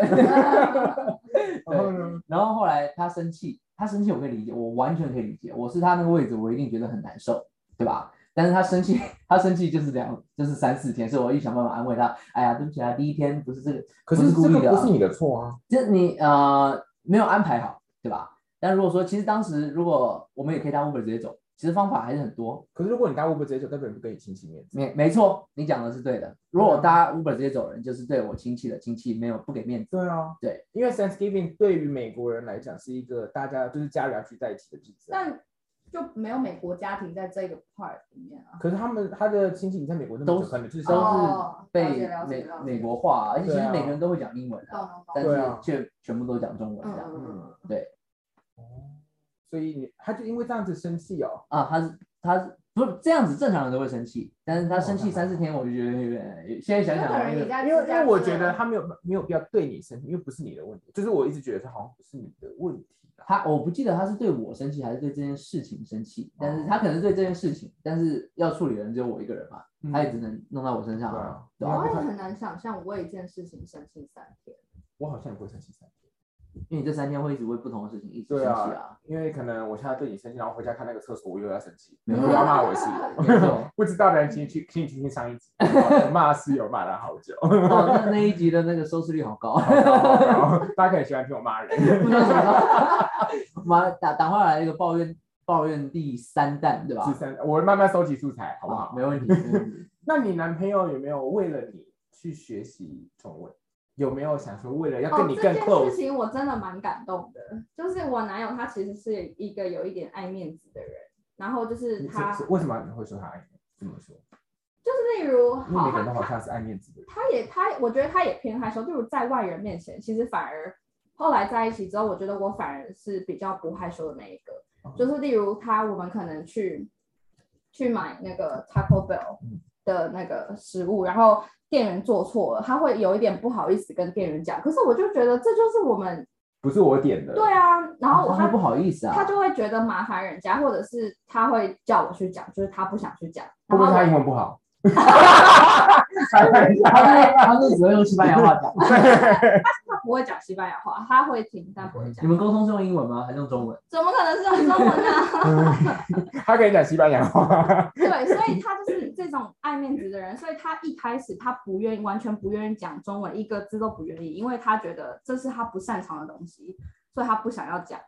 [SPEAKER 1] 然后呢？
[SPEAKER 2] 然后后来他生气，他生气我可以理解，我完全可以理解。我是他那个位置，我一定觉得很难受，对吧？但是他生气， 他生气就是两，就是三四天，所以我一想办法安慰他。哎呀，对不起啊，第一天不是这个，
[SPEAKER 1] 可
[SPEAKER 2] 不
[SPEAKER 1] 是
[SPEAKER 2] 是故
[SPEAKER 1] 这
[SPEAKER 2] 意的
[SPEAKER 1] 个
[SPEAKER 2] 啊
[SPEAKER 1] 不是你的错啊。
[SPEAKER 2] 就是你呃没有安排好，对吧？但如果说其实当时如果我们也可以搭 Uber 直接走，其实方法还是很多。
[SPEAKER 1] 可是如果你搭 Uber 直接走，代表你不跟你亲戚面子。
[SPEAKER 2] 没没错，你讲的是对的。如果我搭 Uber 直接走人，就是对我亲戚的亲戚没有不给面子。
[SPEAKER 1] 对啊，
[SPEAKER 2] 对，
[SPEAKER 1] 因为 Thanksgiving 对于美国人来讲是一个大家就是家人要聚在一起的日子啊。
[SPEAKER 3] 但就没有美国家庭在这个 part 里面啊。
[SPEAKER 1] 可是他们他的亲戚你在美国那么
[SPEAKER 2] 都
[SPEAKER 1] 久，
[SPEAKER 2] 是
[SPEAKER 1] 可能就是
[SPEAKER 2] 都是
[SPEAKER 3] 哦了
[SPEAKER 2] 被
[SPEAKER 3] 解了解
[SPEAKER 2] 美
[SPEAKER 3] 了解
[SPEAKER 2] 美国化啊，而且其
[SPEAKER 1] 对
[SPEAKER 2] 实
[SPEAKER 1] 啊
[SPEAKER 2] 每个人都会讲英文啊
[SPEAKER 3] 懂，懂懂。
[SPEAKER 2] 但
[SPEAKER 1] 对
[SPEAKER 2] 是
[SPEAKER 1] 啊
[SPEAKER 2] 却全部都讲中文这样。
[SPEAKER 1] 嗯
[SPEAKER 3] 嗯，
[SPEAKER 2] 对
[SPEAKER 1] 哦，所以你他就因为这样子生气哦。
[SPEAKER 2] 啊，他是他是不是这样子，正常人都会生气，但是他生气
[SPEAKER 1] 哦
[SPEAKER 2] 三四天，我就觉得有点，现在想
[SPEAKER 3] 那
[SPEAKER 2] 想
[SPEAKER 3] 可
[SPEAKER 2] 啊，
[SPEAKER 3] 能你在
[SPEAKER 1] 因为
[SPEAKER 3] 芝
[SPEAKER 1] 因
[SPEAKER 3] 加
[SPEAKER 1] 为我
[SPEAKER 3] 哥
[SPEAKER 1] 觉得他没有没有必要对你生气，因为不是你的问题，就是我一直觉得这好像不是你的问题啊。
[SPEAKER 2] 他我不记得他是对我生气还是对这件事情生气，但是他可能是对这件事情，但是要处理的人只有我一个人嘛，他也只能弄到我身
[SPEAKER 1] 嗯
[SPEAKER 2] 上
[SPEAKER 1] 对
[SPEAKER 2] 啊。
[SPEAKER 1] 啊，
[SPEAKER 2] 哎对
[SPEAKER 3] 我
[SPEAKER 2] 啊
[SPEAKER 3] 也很难想象为一件事情生气三天。
[SPEAKER 1] 我好像也不会生气三天，
[SPEAKER 2] 因为你这三天会一直为不同的事情一直生
[SPEAKER 1] 对
[SPEAKER 2] 气
[SPEAKER 1] 啊
[SPEAKER 2] 啊，
[SPEAKER 1] 因为可能我现在对你生气，然后回家看那个厕所，我又要生 气，
[SPEAKER 2] 没
[SPEAKER 1] 你
[SPEAKER 2] 有
[SPEAKER 1] 又要骂我室友。
[SPEAKER 2] 没错。
[SPEAKER 1] 不知道的人请你去，请你去听上一集，我骂室友骂了好久，
[SPEAKER 2] 哦，那那一集的那个收视率好高，
[SPEAKER 1] 然后大家可能喜欢听我骂人。
[SPEAKER 2] 不知道怎么了。 妈打打话来一个抱怨抱怨第三弹，对吧
[SPEAKER 1] 第？三，我慢慢收集素材，好不
[SPEAKER 2] 啊
[SPEAKER 1] 好？
[SPEAKER 2] 没问题，没问题。
[SPEAKER 1] 那你男朋友有没有为了你去学习中文？有没有想说为了要跟你更
[SPEAKER 3] 哦、这
[SPEAKER 1] close？
[SPEAKER 3] 件事情我真的蛮感动的，就是我男友他其实是一个有一点爱面子的人，然后就是
[SPEAKER 1] 你
[SPEAKER 3] 他
[SPEAKER 1] 是是为什么你会说他爱你？这么说，
[SPEAKER 3] 就是例如
[SPEAKER 1] 因为
[SPEAKER 3] 好
[SPEAKER 1] 每个人都
[SPEAKER 3] 他
[SPEAKER 1] 好像是爱面子的人。
[SPEAKER 3] 他也他我觉得他也偏害羞，就是在外人面前，其实反而后来在一起之后，我觉得我反而是比较不害羞的那一个，就是例如他我们可能去去买那个 Taco Bell
[SPEAKER 1] 嗯
[SPEAKER 3] 的那个食物，然后店员做错了，他会有一点不好意思跟店员讲，可是我就觉得这就是我们
[SPEAKER 1] 不是我点的，
[SPEAKER 3] 对啊，然后我
[SPEAKER 2] 他
[SPEAKER 3] 他
[SPEAKER 2] 会不好意思啊，
[SPEAKER 3] 他就会觉得麻烦人家，或者是他会叫我去讲，就是他不想去讲。
[SPEAKER 1] 会
[SPEAKER 3] 然
[SPEAKER 1] 不会
[SPEAKER 3] 后
[SPEAKER 1] 是他英
[SPEAKER 3] 我
[SPEAKER 1] 文不好？ 开玩笑，
[SPEAKER 2] 他他是只会用西班牙话讲。
[SPEAKER 3] 他不会讲西班牙话，他会听，但不会讲
[SPEAKER 2] 你。们沟通是用英文吗？还是用中文？
[SPEAKER 3] 怎么可能是用中文呢？
[SPEAKER 1] 他可以讲西班牙话。
[SPEAKER 3] 对，所以他就是这种爱面子的人，所以他一开始他不愿意，完全不愿意讲中文，一个字都不愿意，因为他觉得这是他不擅长的东西，所以他不想要讲。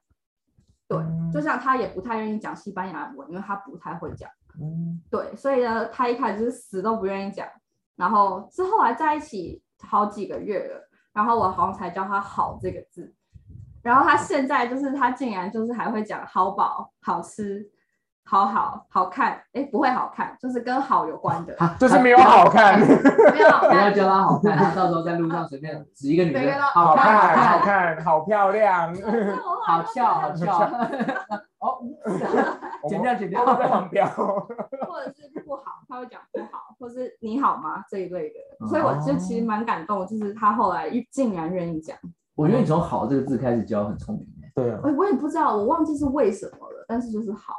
[SPEAKER 3] 对就像他也不太愿意讲西班牙文，因为他不太会讲。
[SPEAKER 1] 嗯
[SPEAKER 3] 对，所以呢，他一开始就是死都不愿意讲，然后是后来在一起好几个月了，然后我好像才教他“好”这个字，然后他现在就是他竟然就是还会讲“好饱”“好吃”“好好”“好看”，哎，不会好看，就是跟好有关 的，
[SPEAKER 2] 他
[SPEAKER 1] 啊就是没有好看，
[SPEAKER 3] 没有好
[SPEAKER 2] 不要
[SPEAKER 3] 看，
[SPEAKER 2] 教他好看，他到时候在路上随便指一个女
[SPEAKER 3] 每个
[SPEAKER 2] 生，
[SPEAKER 3] 都
[SPEAKER 2] 好看，好
[SPEAKER 1] 看， 好
[SPEAKER 2] 看，
[SPEAKER 1] 看，好漂 亮。
[SPEAKER 3] 所以我后来
[SPEAKER 2] 好
[SPEAKER 3] 就
[SPEAKER 2] 笑，好笑。 哦，
[SPEAKER 1] 我们
[SPEAKER 2] 剪掉，剪
[SPEAKER 1] 在
[SPEAKER 2] 掉。
[SPEAKER 1] 旁标。
[SPEAKER 3] 或者是不好，他会讲不好，或是你好吗这一类的，所以我就
[SPEAKER 2] 哦
[SPEAKER 3] 其实蛮感动，就是他后来竟然愿意讲。
[SPEAKER 2] 我觉得你从“好”这个字开始教很聪明耶。
[SPEAKER 1] 对啊，
[SPEAKER 3] 哎，我也不知道，我忘记是为什么了，但是就是好。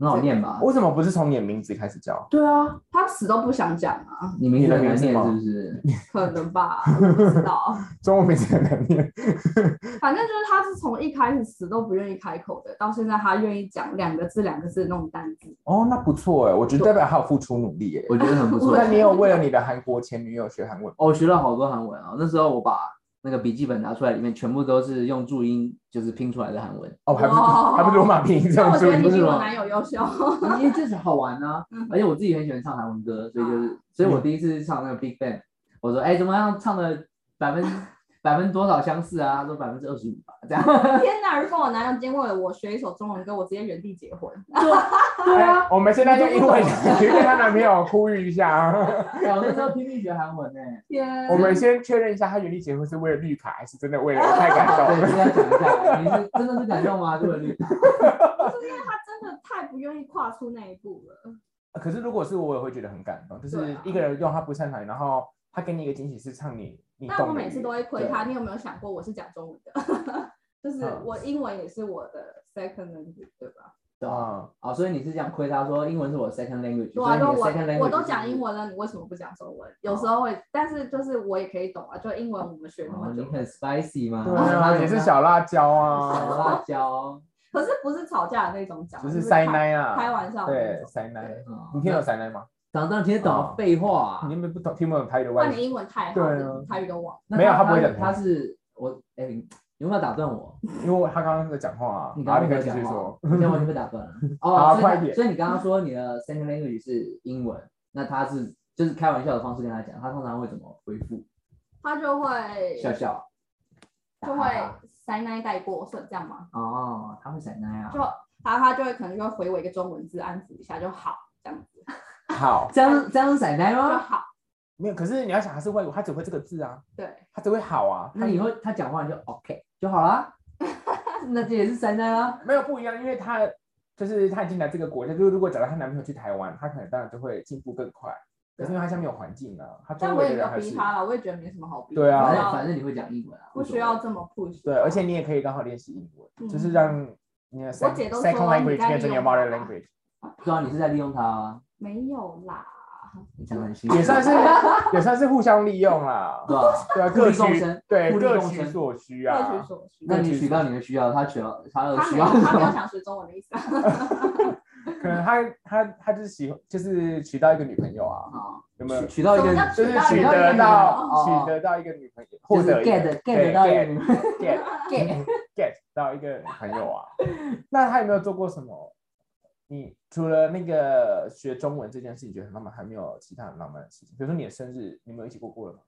[SPEAKER 2] 很好念吧？
[SPEAKER 1] 为什么不是从你的名字开始叫？
[SPEAKER 2] 对啊，
[SPEAKER 3] 他死都不想讲啊，
[SPEAKER 2] 你名字很难
[SPEAKER 1] 你的名字
[SPEAKER 2] 念
[SPEAKER 1] 吗
[SPEAKER 2] 是不是？
[SPEAKER 3] 可能吧，我不知道。
[SPEAKER 1] 中文名字很难念。
[SPEAKER 3] 反正就是他是从一开始死都不愿意开口的，到现在他愿意讲两个字两个字的那种单字。
[SPEAKER 1] 哦，那不错哎，我觉得代表他有付出努力欸耶。
[SPEAKER 2] 我觉得很不错。
[SPEAKER 1] 那你有为了你的韩国前女友学韩文吗？
[SPEAKER 2] 哦，我学了好多韩文啊！那时候我把那个笔记本拿出来，里面全部都是用注音就是拼出来的韩文，
[SPEAKER 1] 哦，还不是
[SPEAKER 3] 哇
[SPEAKER 1] 还不是罗马拼音这
[SPEAKER 3] 但
[SPEAKER 1] 样
[SPEAKER 3] 我觉
[SPEAKER 1] 注
[SPEAKER 3] 得
[SPEAKER 1] 意
[SPEAKER 3] 你
[SPEAKER 2] 不是
[SPEAKER 3] 比我
[SPEAKER 2] 吗
[SPEAKER 3] 男友优秀。
[SPEAKER 2] 因为这是好玩啊
[SPEAKER 3] 嗯！啊
[SPEAKER 2] 而且我自己很喜欢唱韩文歌，所以就是，所以
[SPEAKER 1] 嗯
[SPEAKER 2] 我第一次唱那个 Big Bang，我说哎怎么样唱的百分百分多少相似啊？他说百分之二十五吧，这样。
[SPEAKER 3] 天哪！如果我男友今天为了我学一首中文歌，我直接原地结婚。
[SPEAKER 2] 对啊，
[SPEAKER 1] 我们现在就因为去跟她男朋友呼吁一下 啊。
[SPEAKER 2] 哎我那时候拼命学韩文呢、欸，
[SPEAKER 3] 天，
[SPEAKER 1] 我们先确认一下，她原地结婚是为了绿卡，还是真的为了？我太感动
[SPEAKER 2] 对，
[SPEAKER 1] 了。
[SPEAKER 2] 这要讲一下，你是真的是感动吗？这个女的，
[SPEAKER 3] 就是因为他真的太不愿意跨出那一步
[SPEAKER 1] 嗯
[SPEAKER 3] 了。
[SPEAKER 1] 可是如果是我，也会觉得很感动，就是
[SPEAKER 3] 对啊
[SPEAKER 1] 一个人用他不擅长，然后他给你一个惊喜是唱你你
[SPEAKER 3] 但我
[SPEAKER 1] 懂的
[SPEAKER 3] 每次
[SPEAKER 1] 语
[SPEAKER 3] 都
[SPEAKER 1] 言。
[SPEAKER 3] 会亏他，你有没有想过我是讲中文的？ 就是
[SPEAKER 1] 嗯
[SPEAKER 3] 我英文也是我的 second language，对吧？
[SPEAKER 2] 对啊，
[SPEAKER 1] 啊，
[SPEAKER 2] 哦，所以你是这样亏他说英文是我 second language，
[SPEAKER 3] 对
[SPEAKER 2] 所
[SPEAKER 3] 啊，
[SPEAKER 2] 以
[SPEAKER 3] 都
[SPEAKER 2] 你的 second language
[SPEAKER 3] 我我都
[SPEAKER 2] 是
[SPEAKER 3] 讲英文了，你为什么不讲中文？有时候会，但是就是我也可以懂啊，就英文我们学那
[SPEAKER 2] 哦，
[SPEAKER 3] 么
[SPEAKER 2] 你
[SPEAKER 3] 久，
[SPEAKER 2] 很 spicy 嘛？
[SPEAKER 1] 对啊，也是小辣椒
[SPEAKER 2] 小
[SPEAKER 1] 啊，
[SPEAKER 2] 辣椒。哦
[SPEAKER 3] 可是不是吵架的那种讲，
[SPEAKER 1] 就是
[SPEAKER 3] 是
[SPEAKER 1] 塞
[SPEAKER 3] 开
[SPEAKER 1] 奶啊，
[SPEAKER 3] 开玩笑的那
[SPEAKER 1] 对
[SPEAKER 3] 种。
[SPEAKER 1] 塞奶。你
[SPEAKER 2] 嗯
[SPEAKER 1] 听得懂塞奶吗？
[SPEAKER 2] 长大听得
[SPEAKER 1] 哦
[SPEAKER 2] 懂废话啊
[SPEAKER 1] 你。有没有不懂听不懂台语的
[SPEAKER 3] 那
[SPEAKER 1] 外语？
[SPEAKER 3] 你英文太好
[SPEAKER 1] 对啊
[SPEAKER 3] 了，台语都忘了。
[SPEAKER 2] 那
[SPEAKER 1] 没有他不会讲
[SPEAKER 2] 他是我哎，你有没有打断我？
[SPEAKER 1] 因为他刚刚在讲话啊，
[SPEAKER 2] 你
[SPEAKER 1] 然后
[SPEAKER 2] 刚
[SPEAKER 1] 你
[SPEAKER 2] 刚
[SPEAKER 1] 可以
[SPEAKER 2] 在
[SPEAKER 1] 继
[SPEAKER 2] 讲
[SPEAKER 1] 续
[SPEAKER 2] 话
[SPEAKER 1] 说，，
[SPEAKER 2] 你刚完全被打断了。
[SPEAKER 1] 好
[SPEAKER 2] 哦，所以
[SPEAKER 1] 快
[SPEAKER 2] 他
[SPEAKER 1] 点
[SPEAKER 2] 所以你刚刚说你的 second language 是英文，那他是就是开玩笑的方式跟他讲，他通常会怎么回复？
[SPEAKER 3] 他就会
[SPEAKER 2] 笑笑，打
[SPEAKER 3] 就
[SPEAKER 2] 哈哈
[SPEAKER 3] 会塞奶带过，算这样吗？
[SPEAKER 2] 哦，他会闪那
[SPEAKER 3] 就
[SPEAKER 2] 样，
[SPEAKER 3] 他他就会可能就会回我一个中文字安抚一下就好，这样子
[SPEAKER 1] 好，
[SPEAKER 2] 这样这样是闪奶
[SPEAKER 3] 就
[SPEAKER 2] 吗？
[SPEAKER 3] 好。
[SPEAKER 1] 没有。可是你要想他是外国，他只会这个字啊，
[SPEAKER 3] 对，
[SPEAKER 1] 他只会好啊，
[SPEAKER 2] 那以后他讲话你就 OK 就好啦，那这也是闪奶啊啦。
[SPEAKER 1] 没有不一样，因为他就是他已经来这个国家，就是如果假如她男朋友去台湾，她可能当然就会进步更快。可是因为她现在没有环境啊，她周
[SPEAKER 3] 但我
[SPEAKER 1] 围
[SPEAKER 3] 也
[SPEAKER 1] 的
[SPEAKER 3] 没
[SPEAKER 1] 人
[SPEAKER 3] 有
[SPEAKER 1] 还
[SPEAKER 3] 逼
[SPEAKER 1] 是
[SPEAKER 3] 他了，我也觉得没什么好 逼。
[SPEAKER 1] 对啊
[SPEAKER 2] 反
[SPEAKER 3] 不需
[SPEAKER 2] 正
[SPEAKER 3] 要
[SPEAKER 2] 反正你会讲英文啊，
[SPEAKER 3] 不需要这么 push。
[SPEAKER 1] 对，而且你也可以刚好练习英文，就是
[SPEAKER 3] 嗯
[SPEAKER 1] 让你的 second
[SPEAKER 3] 姐都
[SPEAKER 1] second
[SPEAKER 3] 说你
[SPEAKER 1] language
[SPEAKER 3] 该
[SPEAKER 1] 变成你的
[SPEAKER 3] 利用
[SPEAKER 1] mother
[SPEAKER 3] 它
[SPEAKER 1] language，
[SPEAKER 2] 知道你是在利用他啊，
[SPEAKER 3] 没有啦，
[SPEAKER 2] 你讲的很辛苦，
[SPEAKER 1] 也算是也算是互相利用 啦，
[SPEAKER 2] 对吧？
[SPEAKER 1] 对啊，
[SPEAKER 2] 互
[SPEAKER 1] 各
[SPEAKER 2] 利共
[SPEAKER 1] 取
[SPEAKER 2] 生
[SPEAKER 1] 对
[SPEAKER 2] 互利
[SPEAKER 1] 各
[SPEAKER 2] 共
[SPEAKER 1] 取
[SPEAKER 2] 生
[SPEAKER 1] 所需啊，
[SPEAKER 3] 各取所需。
[SPEAKER 2] 那你取到你的需要，他取到他的
[SPEAKER 3] 他
[SPEAKER 2] 需
[SPEAKER 3] 没有，
[SPEAKER 2] 要
[SPEAKER 3] 他没有想学中文的意思啊。
[SPEAKER 1] 可能他他他就是喜欢就是娶到一个女朋友啊，
[SPEAKER 2] 啊，
[SPEAKER 1] 有没有
[SPEAKER 2] 取？取到一
[SPEAKER 3] 什
[SPEAKER 2] 个
[SPEAKER 3] 么叫
[SPEAKER 1] 就是取
[SPEAKER 3] 取到一个
[SPEAKER 1] 得
[SPEAKER 3] 女哦
[SPEAKER 1] 到
[SPEAKER 2] 朋友
[SPEAKER 1] 取得到一个女朋友，
[SPEAKER 2] 就
[SPEAKER 1] 获
[SPEAKER 2] 是
[SPEAKER 1] 得一个
[SPEAKER 2] get get 到一个女
[SPEAKER 1] get
[SPEAKER 2] get
[SPEAKER 1] 嗯 get 到一个女朋友啊。那他有没有做过什么？你除了那个学中文这件事，你觉得很浪漫，还没有其他很浪漫的事情？比如说你的生日，你们有一起过过了吗？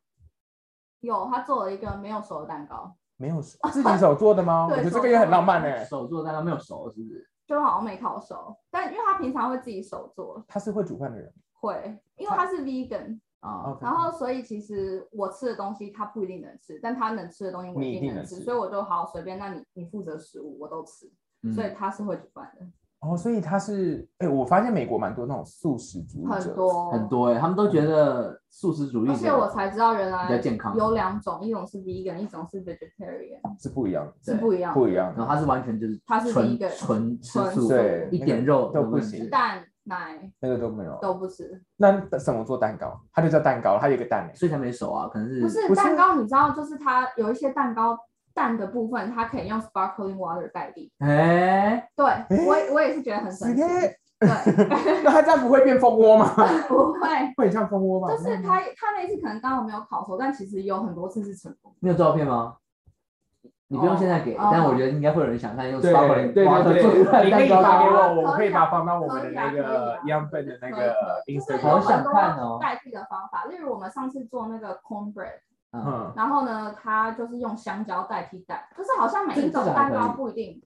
[SPEAKER 3] 有，他做了一个没有熟的蛋糕，
[SPEAKER 1] 没 有，自己手做的吗？我
[SPEAKER 3] 对
[SPEAKER 1] 觉得这
[SPEAKER 3] 手
[SPEAKER 1] 个也很浪漫呢、欸
[SPEAKER 2] 手做蛋糕没有熟是不是？
[SPEAKER 3] 就好像没烤熟，但因为他平常会自己手做，
[SPEAKER 1] 他是会煮饭的人
[SPEAKER 3] 会，因为他是 vegan，
[SPEAKER 2] 啊，
[SPEAKER 1] ，OK，
[SPEAKER 3] 然后所以其实我吃的东西他不一定能吃，但他能吃的东西我
[SPEAKER 1] 你一定
[SPEAKER 3] 一定能
[SPEAKER 1] 能
[SPEAKER 3] 吃，
[SPEAKER 1] 吃
[SPEAKER 3] 所以我就好随便，那你你负责食物我都吃，
[SPEAKER 2] 嗯
[SPEAKER 3] 所以他是会煮饭的，
[SPEAKER 1] 哦，所以他是哎、我发现美国蛮多那种素食主义者，
[SPEAKER 3] 很多
[SPEAKER 2] 很，多哎，他们都觉得素食主义
[SPEAKER 3] 而且我才知道原
[SPEAKER 2] 比较
[SPEAKER 3] 来
[SPEAKER 2] 健康，
[SPEAKER 3] 有两种，一种是 vegan，一种是 vegetarian，
[SPEAKER 1] 是不一样的，
[SPEAKER 3] 是不一样的，
[SPEAKER 1] 不一样的
[SPEAKER 2] 然后他是完全就是
[SPEAKER 3] 他是
[SPEAKER 2] 纯
[SPEAKER 3] vegan
[SPEAKER 2] 纯吃
[SPEAKER 3] 纯
[SPEAKER 2] 素，
[SPEAKER 1] 对
[SPEAKER 2] 一点肉
[SPEAKER 1] 都
[SPEAKER 2] 没
[SPEAKER 1] 不
[SPEAKER 2] 问题
[SPEAKER 1] 行，
[SPEAKER 3] 蛋奶
[SPEAKER 1] 那个都没有。
[SPEAKER 3] 都不吃，
[SPEAKER 1] 那什么做蛋糕？它就叫蛋糕，它有一个蛋欸
[SPEAKER 2] 所以才没熟啊，可能是
[SPEAKER 3] 不是
[SPEAKER 1] 不是
[SPEAKER 3] 蛋糕，你知道就是它有一些蛋糕蛋的部分，它可以用 sparkling water 代替，
[SPEAKER 2] 哎，
[SPEAKER 3] 对我我也是觉得很神奇，
[SPEAKER 1] 耶
[SPEAKER 3] 对，
[SPEAKER 1] 那它这样不会变蜂窝吗？
[SPEAKER 3] 不会。
[SPEAKER 1] 会很像蜂窝吗？
[SPEAKER 3] 就是他他那一次可能刚好没有烤熟，但其实有很多次是成功的。
[SPEAKER 2] 你有照片吗？你不用现在给，
[SPEAKER 3] 哦
[SPEAKER 2] 但我觉觉得应该会有人想看用
[SPEAKER 1] 对对
[SPEAKER 2] sparkling
[SPEAKER 1] 对
[SPEAKER 2] 花
[SPEAKER 1] 对
[SPEAKER 2] 做出来
[SPEAKER 1] 对，
[SPEAKER 2] 的
[SPEAKER 1] 你可
[SPEAKER 2] 蛋
[SPEAKER 1] 以
[SPEAKER 2] 糕
[SPEAKER 1] 发
[SPEAKER 2] 吧
[SPEAKER 1] 给
[SPEAKER 3] 可以啊
[SPEAKER 1] 我，我可以把它放到我
[SPEAKER 3] 可
[SPEAKER 1] 们的
[SPEAKER 3] 以
[SPEAKER 1] 那
[SPEAKER 3] 啊
[SPEAKER 1] 个
[SPEAKER 3] 可以啊
[SPEAKER 1] 样本的那
[SPEAKER 3] 可以
[SPEAKER 1] 个
[SPEAKER 3] 就是
[SPEAKER 2] 哎好
[SPEAKER 3] 有
[SPEAKER 1] Instagram。
[SPEAKER 2] 想
[SPEAKER 3] 很
[SPEAKER 2] 看哦
[SPEAKER 3] 多代替的方法，例如我们上次做那个 cornbread，
[SPEAKER 2] 嗯，
[SPEAKER 1] 嗯，
[SPEAKER 3] 然后呢，它就是用香蕉代替蛋，就是好像每
[SPEAKER 2] 这
[SPEAKER 3] 一种
[SPEAKER 2] 这个还
[SPEAKER 3] 蛋
[SPEAKER 2] 可
[SPEAKER 3] 糕
[SPEAKER 2] 以
[SPEAKER 3] 不一定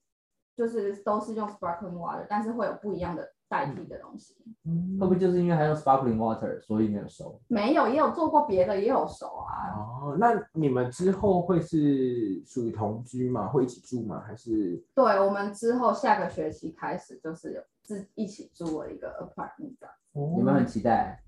[SPEAKER 3] 就是都是用 sparkling water，但是会有不一样的代替的东西。
[SPEAKER 1] 嗯
[SPEAKER 2] 会不会就是因为它用 sparkling water，所以没有熟？
[SPEAKER 3] 没有，也有做过别的，也有熟啊。
[SPEAKER 1] 哦，那你们之后会是属于同居吗？会一起住吗？还是
[SPEAKER 3] 对，我们之后下个学期开
[SPEAKER 1] 哦
[SPEAKER 2] 哦
[SPEAKER 3] 始就是有自一起住了一个 apartment 这样
[SPEAKER 2] 有没有很期待？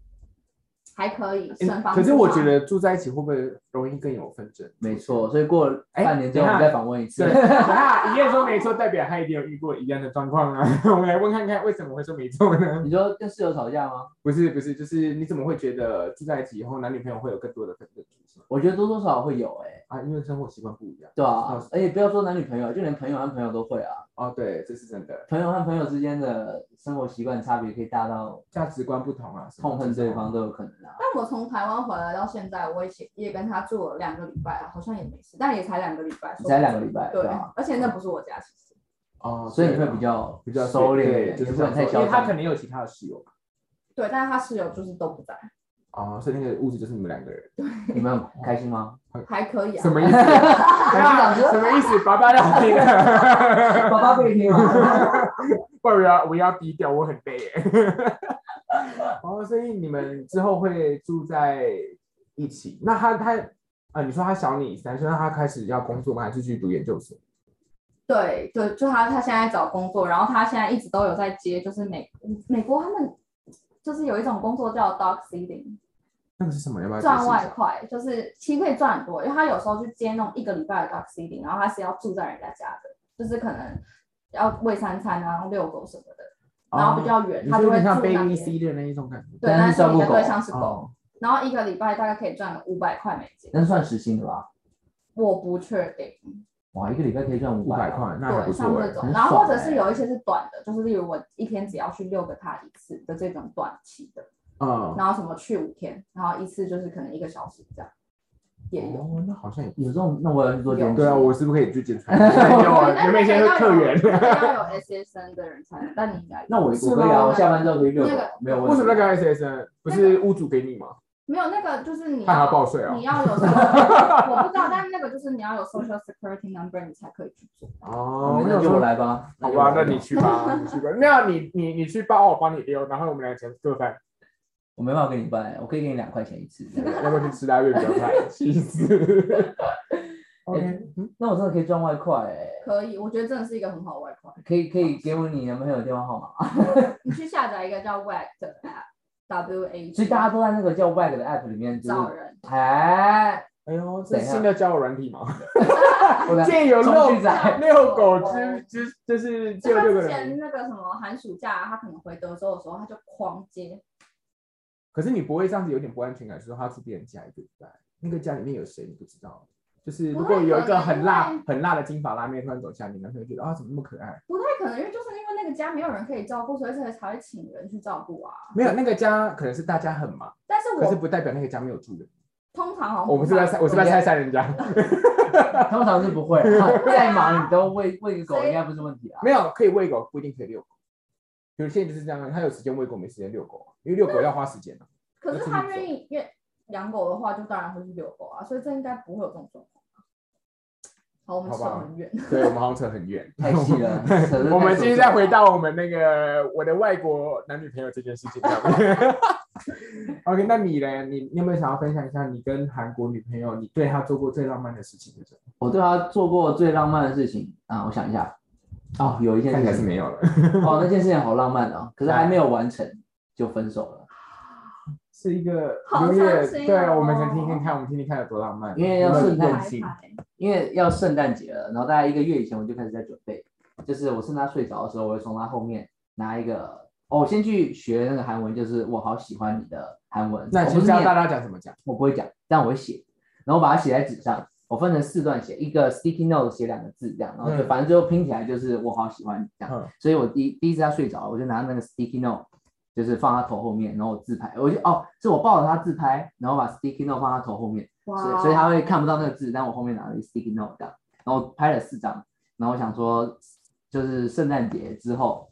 [SPEAKER 3] 还可以
[SPEAKER 1] 诶
[SPEAKER 3] 省房租
[SPEAKER 1] 可是我觉
[SPEAKER 3] 嘛
[SPEAKER 1] 得住在一起会不会容易更有纷争？
[SPEAKER 2] 没错，所以过了
[SPEAKER 1] 哎
[SPEAKER 2] 半年之后，我
[SPEAKER 1] 等一下
[SPEAKER 2] 们再访问一次
[SPEAKER 1] 对，。那一燕说没错，代表他一定有遇过一样的状况啊。 我们来问看看为什么会说没错呢？
[SPEAKER 2] 你说跟室友吵架吗？
[SPEAKER 1] 不是不是，就是你怎么会觉得住在一起以后男女朋友会有更多的纷争出现
[SPEAKER 2] 我觉得多多少少会有哎、
[SPEAKER 1] 啊？因为生活习惯不一样。
[SPEAKER 2] 对
[SPEAKER 1] 哦
[SPEAKER 2] 啊，而且不要说男女朋友，就连朋友和朋友都会啊。
[SPEAKER 1] 哦，对，这是真的，
[SPEAKER 2] 朋友和朋友之间的生活习惯差别可以大到
[SPEAKER 1] 价值观不同啊，什么
[SPEAKER 2] 痛恨对方。都有可能啊。
[SPEAKER 3] 但我从台湾回来到现在，我以前也跟他住了两个礼拜了，啊好像也没事，但也才两个礼
[SPEAKER 1] 嗯
[SPEAKER 3] 拜，说
[SPEAKER 2] 才两个礼拜
[SPEAKER 3] 对
[SPEAKER 2] 对啊，
[SPEAKER 3] 而且那不是我家，其实
[SPEAKER 1] 哦，
[SPEAKER 2] 所以你
[SPEAKER 1] 对
[SPEAKER 2] 会比较
[SPEAKER 1] 比较
[SPEAKER 2] 收敛一
[SPEAKER 1] 对
[SPEAKER 2] 点，
[SPEAKER 1] 就是
[SPEAKER 2] 你
[SPEAKER 1] 这
[SPEAKER 2] 不
[SPEAKER 1] 样
[SPEAKER 2] 能
[SPEAKER 1] 做因
[SPEAKER 2] 太
[SPEAKER 1] 为
[SPEAKER 2] 嚣
[SPEAKER 1] 他
[SPEAKER 2] 张
[SPEAKER 1] 肯。定有其他的室友吧。
[SPEAKER 3] 对，但是他室友就是都不在，
[SPEAKER 1] 哦，所以那个屋子就是你们两个人，
[SPEAKER 2] 你们 很开心吗？
[SPEAKER 3] 还可以啊
[SPEAKER 1] 什。么意 思？啊什么意思？爸爸要听了，
[SPEAKER 2] 爸爸可以听吗？
[SPEAKER 1] 不然我要我要低调，我很累耶。 哦，所以你们之后会住在一起？那他他啊、你说他小你三岁，那他开始要工作吗？还是去读研究所？
[SPEAKER 3] 对对，就他他现在找工作，然后他现在一直都有在接，就是美美国他们就是有一种工作叫 dog sitting，
[SPEAKER 1] 那个是什么？要不要解释
[SPEAKER 3] 赚
[SPEAKER 1] 一
[SPEAKER 3] 外
[SPEAKER 1] 下？
[SPEAKER 3] 快，就是其实可以赚很多，因为他有时候去接那种一个礼拜的 dog sitting，然后他是要住在人家家的，就是可能要喂三餐啊、遛狗什么的，然后比较远，
[SPEAKER 1] 哦你
[SPEAKER 3] 他
[SPEAKER 1] 说有
[SPEAKER 3] 就会
[SPEAKER 1] 点
[SPEAKER 3] 住
[SPEAKER 1] 像
[SPEAKER 3] 那
[SPEAKER 1] baby
[SPEAKER 3] 边。
[SPEAKER 1] C 的那一种感觉。
[SPEAKER 3] 对，
[SPEAKER 2] 但
[SPEAKER 3] 但
[SPEAKER 2] 是
[SPEAKER 3] 是
[SPEAKER 2] 照
[SPEAKER 3] 你
[SPEAKER 2] 顾
[SPEAKER 3] 的
[SPEAKER 2] 狗
[SPEAKER 3] 对象是狗，
[SPEAKER 1] 哦，
[SPEAKER 3] 然后一个礼拜大概可以赚五百块美金，
[SPEAKER 2] 那算时薪的吧？
[SPEAKER 3] 我不确定。
[SPEAKER 2] 哇，一个礼拜可以赚五
[SPEAKER 1] 五百
[SPEAKER 2] 百。啊
[SPEAKER 1] 块，那还不
[SPEAKER 3] 对，像
[SPEAKER 1] 错
[SPEAKER 3] 这
[SPEAKER 1] 哎。
[SPEAKER 3] 种，
[SPEAKER 2] 很
[SPEAKER 3] 然后或者
[SPEAKER 2] 爽欸
[SPEAKER 3] 是有一些是短的，就是例如我一天只要去遛个它一次的这种短期的，
[SPEAKER 1] 嗯，
[SPEAKER 3] 然后什么去五天，然后一次就是可能一个小时这样，也有。
[SPEAKER 1] 哦，那好像也
[SPEAKER 2] 有这种，那我要去做兼职。
[SPEAKER 1] 对啊，我是不是可以去检查？有啊，
[SPEAKER 3] 对
[SPEAKER 1] 有没有一些
[SPEAKER 3] 那
[SPEAKER 1] 客源？
[SPEAKER 3] 可能要有 SSN 的人才能，但你应该
[SPEAKER 2] 那我我
[SPEAKER 1] 是吗
[SPEAKER 2] 可以啊，我下班之后可以遛狗
[SPEAKER 3] 那个，
[SPEAKER 2] 没有问 题。啊
[SPEAKER 1] 为什么那个 SSN 不是屋主给你吗？
[SPEAKER 3] 没有那个就是你
[SPEAKER 1] 怕他
[SPEAKER 3] 要
[SPEAKER 1] 报税啊
[SPEAKER 3] 你？要有 social- 我不知道，但是那个就是你要有 social security number 你才可以去做。
[SPEAKER 1] 哦，
[SPEAKER 2] 那就我来吧。
[SPEAKER 1] 好
[SPEAKER 2] 就我
[SPEAKER 1] 吧，那
[SPEAKER 2] 来
[SPEAKER 1] 你去 吧，你去吧。那样你你你去哦报，我帮你溜，然后我们俩钱各半，
[SPEAKER 2] 我没办法给你办，我可以给你两块钱一次。
[SPEAKER 1] 要不然去吃拉面比较快，气 死。OK，嗯
[SPEAKER 3] 哎
[SPEAKER 2] 那我真的可以赚外快哎、
[SPEAKER 3] 可以，我觉得真的是一个很好的外快。
[SPEAKER 2] 可以可
[SPEAKER 1] 嗯
[SPEAKER 2] 以给我你男朋友的电话号码，啊
[SPEAKER 3] 你去下载一个叫 WAG 的 app，W A G，
[SPEAKER 2] 所以大家都在那个叫 WAG 的 app 里面，就
[SPEAKER 3] 找
[SPEAKER 2] 是
[SPEAKER 3] 人。
[SPEAKER 2] 哎，
[SPEAKER 1] 哎呦，这
[SPEAKER 2] 等一下
[SPEAKER 1] 新的交友软体嘛，
[SPEAKER 2] 我
[SPEAKER 3] 啊
[SPEAKER 2] 来
[SPEAKER 1] 借由
[SPEAKER 2] 冲
[SPEAKER 1] 遛
[SPEAKER 2] 去仔，
[SPEAKER 1] 遛狗之之，就是
[SPEAKER 3] 就
[SPEAKER 1] 借
[SPEAKER 3] 他
[SPEAKER 1] 由遛个人。
[SPEAKER 3] 之前那个什么寒暑假，他可能回德州的时候，他就狂接，
[SPEAKER 1] 可是你不会这样子有点不安全感，说他去别人家一个礼拜，那个家里面有谁你不知道。就是如果有一个很辣
[SPEAKER 3] 不会
[SPEAKER 1] 很辣的金发辣妹突然走下，你男朋友觉得啊怎么那么可爱？
[SPEAKER 3] 不太可能，因为就是因为那个家没有人可以照顾，所以才才会请人去照顾啊。
[SPEAKER 1] 没有那个家可能是大家很忙，
[SPEAKER 3] 但是
[SPEAKER 1] 可是
[SPEAKER 3] 我
[SPEAKER 1] 不代表那个家没有住人。
[SPEAKER 3] 通常好像
[SPEAKER 1] 我不是在
[SPEAKER 3] 太
[SPEAKER 1] 猜，我是在拆散人家。
[SPEAKER 2] 通常是不会啦， 再忙你都喂喂个狗应该不是问题啊。
[SPEAKER 1] 没有，可以喂狗，不一定可以遛狗。有些人就是这样，他有时间喂狗，没时间遛狗，因为遛狗要花时间 啊。
[SPEAKER 3] 可是他愿意愿养狗的话，就当然会去遛狗啊，所以这应该不会有这种状况吧。好，我们
[SPEAKER 1] 好
[SPEAKER 3] 扯
[SPEAKER 1] 吧
[SPEAKER 3] 很 远，
[SPEAKER 1] 对，我们好像扯很远。
[SPEAKER 2] 太细 了，扯得太
[SPEAKER 1] 我们继续再回
[SPEAKER 2] 琐碎了
[SPEAKER 1] 到我们那个我的外国男女朋友这件事情上面。OK，那 你呢？你你有没有想要分享一下你跟韩国女朋友，你对她做过最浪漫的事情是什么？
[SPEAKER 2] 我对他做过最浪漫的事情啊，我想一下，哦，有一件
[SPEAKER 1] 看起来
[SPEAKER 2] 事
[SPEAKER 1] 是
[SPEAKER 2] 情，
[SPEAKER 1] 没有了，
[SPEAKER 2] 哦，那件事情好浪漫哦，可是还没有完成就分手了。
[SPEAKER 1] 是一个
[SPEAKER 3] 好
[SPEAKER 1] 有点
[SPEAKER 3] 伤心哦
[SPEAKER 1] 对，啊我们想听听看，我们听听看有多浪漫。
[SPEAKER 2] 因为要
[SPEAKER 1] 是
[SPEAKER 2] 顺带
[SPEAKER 1] 任
[SPEAKER 2] 很
[SPEAKER 1] 性。
[SPEAKER 3] 欸
[SPEAKER 2] 因为要圣诞节了，然后大概一个月以前我就开始在准备，就是我趁他睡着的时候，我会从他后面拿一个，哦，我先去学那个韩文，就是我好喜欢你的韩文，
[SPEAKER 1] 那
[SPEAKER 2] 我
[SPEAKER 1] 你
[SPEAKER 2] 不
[SPEAKER 1] 知
[SPEAKER 2] 是
[SPEAKER 1] 道大
[SPEAKER 2] 念，
[SPEAKER 1] 家讲怎么讲？
[SPEAKER 2] 我不会讲，但我会写，然后把它写在纸上，我分成四段写，一个 sticky note 写两个字这样，然后就
[SPEAKER 1] 嗯
[SPEAKER 2] 反正最后拼起来就是我好喜欢你这样，
[SPEAKER 1] 嗯
[SPEAKER 2] 所以我第一第一次他睡着，我就拿那个 sticky note。就是放他头后面，然后我自拍，我就哦，是我抱着他自拍，然后把 sticky note 放他头后面，所以
[SPEAKER 3] 哇，
[SPEAKER 2] 所以他会看不到那个字，但我后面拿了一个 sticky note 这样，然后拍了四张，然后我想说就是圣诞节之后，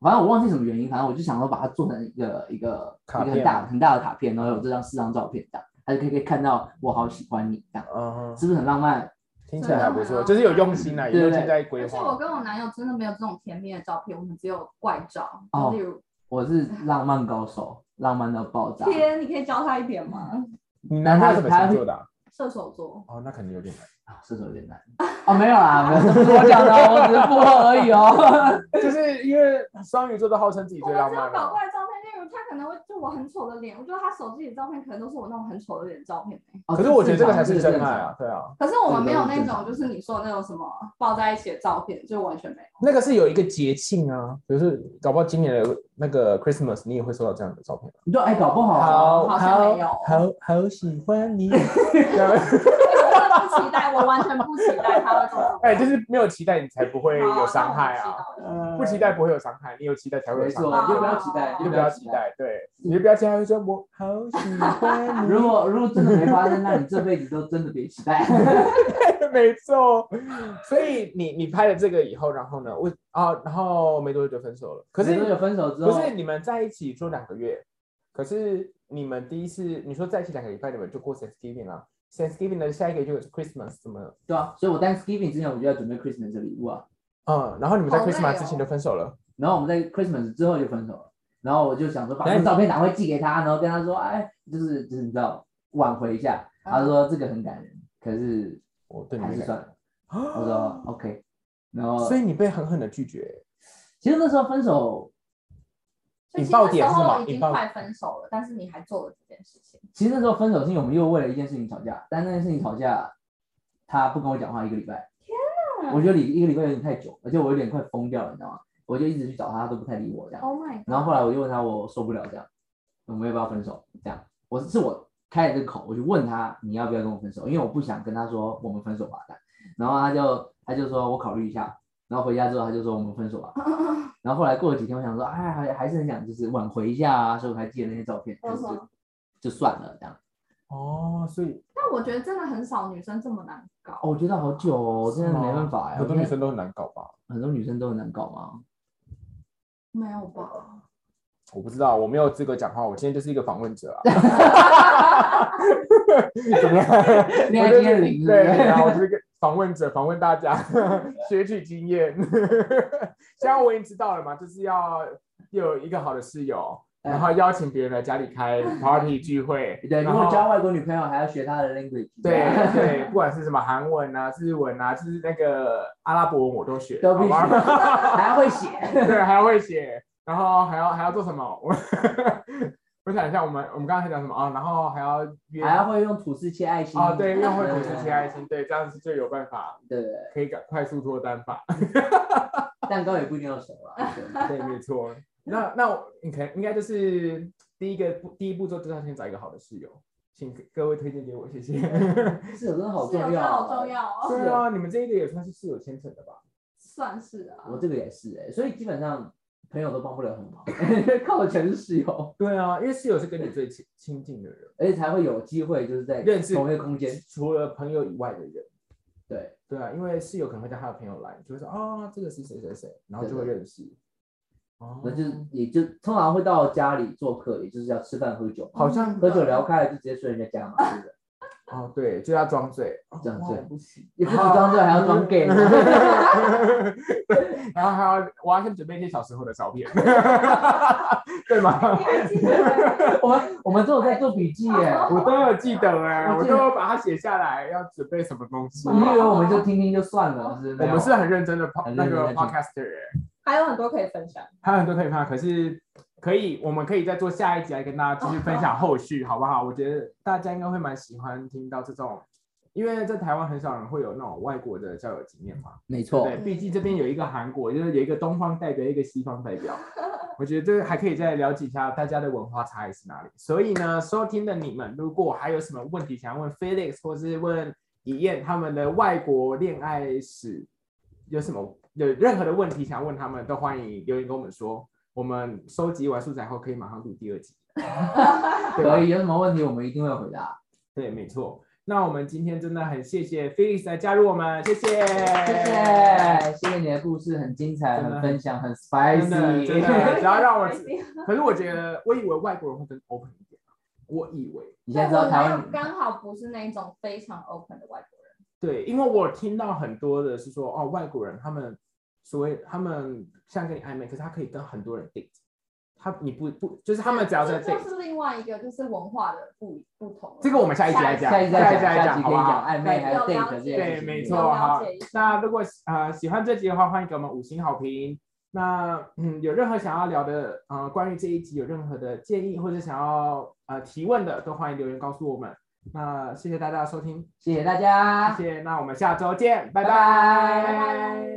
[SPEAKER 2] 反正我忘记什么原因，反正我就想说把它做成一个一个
[SPEAKER 1] 卡
[SPEAKER 2] 一个
[SPEAKER 1] 片
[SPEAKER 2] 很大很大的卡片，然后有这张四张照片这样，他就可以可以看到我好喜欢你这样，
[SPEAKER 1] 嗯，
[SPEAKER 2] 是不是很浪漫？
[SPEAKER 1] 听起来还不错，就是有用心啊，有
[SPEAKER 2] 对对
[SPEAKER 1] 用
[SPEAKER 2] 对
[SPEAKER 1] 心在规
[SPEAKER 3] 而且我
[SPEAKER 1] 划。
[SPEAKER 3] 跟我男友真的没有这种甜蜜的照片，我们只有怪照，
[SPEAKER 2] 哦
[SPEAKER 3] 就例如
[SPEAKER 2] 我是浪漫高手，浪漫到爆炸。
[SPEAKER 3] 天，你可以教他一点吗？
[SPEAKER 1] 你男朋友什么星座的 啊？
[SPEAKER 3] 射手座。
[SPEAKER 1] 哦，那可能有点难。
[SPEAKER 2] 啊射手有点难哦，没有啦，没有，这不是我讲的 哦，我只是附和而已哦。
[SPEAKER 1] 就是因为双鱼座都号称自己
[SPEAKER 3] 我
[SPEAKER 1] 最
[SPEAKER 3] 们
[SPEAKER 1] 浪
[SPEAKER 3] 只有
[SPEAKER 1] 漫啊
[SPEAKER 3] 搞
[SPEAKER 1] 了。
[SPEAKER 3] 怪照片，例如有他可能会就我很丑的脸，我觉得他手机里的照片可能都是我那种很丑的脸照片、欸、
[SPEAKER 2] 哦
[SPEAKER 1] 可是我觉得这个
[SPEAKER 2] 正常
[SPEAKER 1] 才是真
[SPEAKER 2] 正
[SPEAKER 1] 爱
[SPEAKER 2] 常
[SPEAKER 1] 啊，对啊，
[SPEAKER 3] 可是我们没有
[SPEAKER 2] 这个
[SPEAKER 3] 那
[SPEAKER 2] 是正
[SPEAKER 3] 种
[SPEAKER 2] 常
[SPEAKER 3] 就是你说的那种什么抱在一起的照片，就完全没有。
[SPEAKER 1] 那个是有一个节庆啊，比如说搞不好今年的那个 Christmas 你也会收到这样的照片啊。
[SPEAKER 2] 你说哎，搞不好啊
[SPEAKER 1] 哦好
[SPEAKER 3] 好像没有
[SPEAKER 1] 好好好喜欢你，这样
[SPEAKER 3] 我不期待，我完全不期待他会做这种。
[SPEAKER 1] 哎，就是没有期待你才不会
[SPEAKER 3] 好
[SPEAKER 1] 有伤害啊。。
[SPEAKER 3] 嗯
[SPEAKER 1] 不期
[SPEAKER 2] 呃
[SPEAKER 1] 待不会有伤害，你有期待才会有
[SPEAKER 2] 没错，
[SPEAKER 1] 伤
[SPEAKER 3] 想
[SPEAKER 1] 害。
[SPEAKER 3] 法
[SPEAKER 2] 你就不要期待，
[SPEAKER 1] 你就
[SPEAKER 2] 你
[SPEAKER 1] 不
[SPEAKER 2] 就不
[SPEAKER 1] 要
[SPEAKER 2] 要
[SPEAKER 1] 期
[SPEAKER 2] 期待。
[SPEAKER 1] 待，对，你就不要期待，他会说我好喜欢
[SPEAKER 2] 如果如果真的没发生，那你这辈子都真的别期待。
[SPEAKER 1] 你， 没错。所以你你拍了这个以后，然后呢，我啊，然后没多久就分手 了。可是
[SPEAKER 2] 你说有分手之
[SPEAKER 1] 不
[SPEAKER 2] 后，
[SPEAKER 1] 是你们在一起说两个月，可是你们第一次你说在一起两个礼拜，你们就过 Thanksgiving 了。Thanksgiving 的下一个月就是 Christmas，怎么？
[SPEAKER 2] 对啊，所以我 Thanksgiving 之前我就要准备 Christmas 的礼物啊，
[SPEAKER 1] 嗯，然后你们在
[SPEAKER 3] 好累
[SPEAKER 1] Christmas
[SPEAKER 3] 哦
[SPEAKER 1] 之前就分手了，
[SPEAKER 2] 然后我们在 Christmas 之后就分手了，然后我就想说把
[SPEAKER 1] 那
[SPEAKER 2] 这
[SPEAKER 1] 你
[SPEAKER 2] 个照片拿回寄给他，然后跟他说，哎，就是就是你知道挽回一下，他说这个很感人，可是
[SPEAKER 1] 我对你啊
[SPEAKER 2] 还
[SPEAKER 1] 没
[SPEAKER 2] 是
[SPEAKER 1] 感觉。啊
[SPEAKER 2] 算了，我呃说 OK，然后
[SPEAKER 1] 所以你被狠狠的拒绝，
[SPEAKER 2] 其实那时候分手，
[SPEAKER 1] 引爆点是吗
[SPEAKER 3] 已经
[SPEAKER 1] 引爆
[SPEAKER 3] 快分手了，但是你还做了这件事情，
[SPEAKER 2] 其实那时候分手是因为我们又为了一件事情吵架，但那件事情吵架，他不跟我讲话一个礼拜，
[SPEAKER 3] 天
[SPEAKER 2] 我觉得礼一个礼拜有点太久，而且我有点快疯掉了，你知道吗？我就一直去找他，他都不太理我这样。
[SPEAKER 3] ！Oh my god！
[SPEAKER 2] 然后后来我就问他，我受不了这样，我们要不要分手？这样，我是我开了这个口，我就问他你要不要跟我分手，因为我不想跟他说我们分手吧。这样然后他就他就说我考虑一下，然后回家之后他就说我们分手吧。然后后来过了几天，我想说，哎，还还是很想就是挽回一下啊，所以我还寄了那些照片，就
[SPEAKER 3] 嗯
[SPEAKER 2] 是
[SPEAKER 3] 哼
[SPEAKER 2] 就就算了这样。
[SPEAKER 1] 哦，所以
[SPEAKER 3] 但我觉得真的很少女生这么难搞。
[SPEAKER 2] 哦，我觉得好久、哦，真的没办法呀、
[SPEAKER 1] 很多女
[SPEAKER 2] 我觉得
[SPEAKER 1] 生都很难搞吧？
[SPEAKER 2] 很多女生都很难搞啊 嘛。
[SPEAKER 3] 没有吧？
[SPEAKER 1] 我不知道，我没有资格讲话，我今天就是一个访问者啊。啊 怎么样？
[SPEAKER 2] 恋
[SPEAKER 1] 我
[SPEAKER 2] 爱
[SPEAKER 1] 就是
[SPEAKER 2] 经验零是不啊
[SPEAKER 1] 对，
[SPEAKER 2] 是
[SPEAKER 1] 然 后我就是个访问者，访问大家， 学取经验。 现在我已经知道了嘛，就是要有一个好的室友，
[SPEAKER 2] 嗯
[SPEAKER 1] 然后邀请别人来家里 开 party 聚会，
[SPEAKER 2] 对，
[SPEAKER 1] 然
[SPEAKER 2] 如果
[SPEAKER 1] 后
[SPEAKER 2] 交外国女朋友还要学她的 language，
[SPEAKER 1] 对对，不管是什么韩文啊、日文啊，就是那个阿拉伯文我都学，
[SPEAKER 2] 都必须
[SPEAKER 1] 好吗
[SPEAKER 2] 还要会写。
[SPEAKER 1] 对，还要会写，然后还要还要做什么？ 我我想一下，我们我们刚才讲什么啊？然后还要约
[SPEAKER 2] 还要啊会用吐司切爱心
[SPEAKER 1] 哦，对，用会口是切爱心，对，这样子就有办法
[SPEAKER 2] 对对对，
[SPEAKER 1] 可以赶快速脱单法。
[SPEAKER 2] 蛋糕也不一定要熟 啊。对
[SPEAKER 1] 对，没错。那那我你可能应该就是第一个步第一步骤就是要先找一个好的室友，请各位推荐给我，谢谢。
[SPEAKER 2] 室友真的好
[SPEAKER 3] 室
[SPEAKER 2] 重
[SPEAKER 3] 友真的
[SPEAKER 2] 要，
[SPEAKER 3] 好啊重。要哦，
[SPEAKER 1] 对啊，你们这一个也算是室友牵扯的吧？
[SPEAKER 3] 算是啊。
[SPEAKER 2] 我这个也是哎、所以基本上朋友都帮不了很忙， 靠的全是室友，
[SPEAKER 1] 对啊，因为室友是跟你最亲亲近的人，
[SPEAKER 2] 而且才会有机会就是在
[SPEAKER 1] 认识
[SPEAKER 2] 同一个空间。
[SPEAKER 1] 除了朋友以外的人。
[SPEAKER 2] 对，
[SPEAKER 1] 对啊，因为室友可能会叫他的朋友来，你就会说啊，这个是谁谁谁，然后就会认识。哦
[SPEAKER 2] 那就是也就通常会到家里做客，也就是要吃饭喝酒嘛，
[SPEAKER 1] 好像
[SPEAKER 2] 喝酒聊开了就直接睡人家家嘛，对 不对？
[SPEAKER 1] 哦，对，就要装醉，哦
[SPEAKER 2] 装
[SPEAKER 1] 哇
[SPEAKER 2] 醉
[SPEAKER 1] 我不行，
[SPEAKER 2] 也不止装醉，还要装 gay 嘛。
[SPEAKER 1] 然后还要我要先准备一些小时候的照片， 对吗？
[SPEAKER 3] 你还记得？
[SPEAKER 2] 我们我们都有在做笔记耶、
[SPEAKER 1] 我都有记得哎、
[SPEAKER 2] 我
[SPEAKER 1] 我
[SPEAKER 2] 记
[SPEAKER 1] 都
[SPEAKER 2] 得
[SPEAKER 1] 有把它写下来，要准备什么东西。
[SPEAKER 2] 你以为我们就听听就算了？是
[SPEAKER 1] 我们是很认真的 po-
[SPEAKER 2] 很
[SPEAKER 1] 那
[SPEAKER 2] 认真
[SPEAKER 1] 个
[SPEAKER 2] 在听
[SPEAKER 1] podcaster，哎
[SPEAKER 3] 还有很多可以分享。
[SPEAKER 1] 还有很多可以看，可是可以，我们可以再做下一集来跟大家继续分享后续，好不好？我觉得大家应该会蛮喜欢听到这种，因为在台湾很少人会有那种外国的交友经验嘛。
[SPEAKER 2] 没错
[SPEAKER 1] 对，毕竟这边有一个韩国，就是有一个东方代表，一个西方代表。我觉得这还可以再了解一下大家的文化差异是哪里。所以呢，收听的你们，如果还有什么问题想要问 Felix 或是问以燕他们的外国恋爱史，有什么有任何的问题想问他们，都欢迎留言跟我们说。我们收集完素材后，可以马上录第二集。 对吧
[SPEAKER 2] 可以，有什么问题我们一定会回答。
[SPEAKER 1] 对，没错。那我们今天真的很谢谢 Felix 来加入我们，谢谢，
[SPEAKER 2] 谢谢，谢谢你的故事很精彩，
[SPEAKER 1] 真的
[SPEAKER 2] 很分享，很
[SPEAKER 1] 真的真的
[SPEAKER 2] spicy。
[SPEAKER 1] 只要让我 可是我觉得，我以为外国人会更 open 一点，我以为
[SPEAKER 2] 你现在知道台湾
[SPEAKER 3] 但我刚好不是那种非常 open 的外国人。
[SPEAKER 1] 对，因为我听到很多的是说，哦，外国人他们所谓他们像跟你暧昧，可是他可以跟很多人 date，他你不不就是他们只要在
[SPEAKER 3] 这
[SPEAKER 1] date，
[SPEAKER 3] 就是另外一个就是文化的不不同。
[SPEAKER 1] 这个我们下一集来讲，
[SPEAKER 2] 下一集再
[SPEAKER 1] 一集
[SPEAKER 2] 讲，
[SPEAKER 1] 来
[SPEAKER 2] 下集
[SPEAKER 1] 好
[SPEAKER 2] 可
[SPEAKER 1] 不
[SPEAKER 2] 以讲
[SPEAKER 1] 好？
[SPEAKER 2] 暧昧还有
[SPEAKER 3] 有了
[SPEAKER 2] date 这
[SPEAKER 3] 解
[SPEAKER 2] 件事
[SPEAKER 1] 对，
[SPEAKER 2] 情。
[SPEAKER 1] 没
[SPEAKER 3] 有
[SPEAKER 1] 错
[SPEAKER 3] 了
[SPEAKER 1] 好
[SPEAKER 3] 解一下，
[SPEAKER 1] 那如果呃喜欢这集的话，欢迎给我们五星好评。那嗯，有任何想要聊的，呃，关于这一集有任何的建议或者想要呃提问的，都欢迎留言告诉我们。那谢谢大家的收听，
[SPEAKER 2] 谢谢大家，
[SPEAKER 1] 谢谢，那我们下周见，拜
[SPEAKER 2] 拜拜
[SPEAKER 3] 拜拜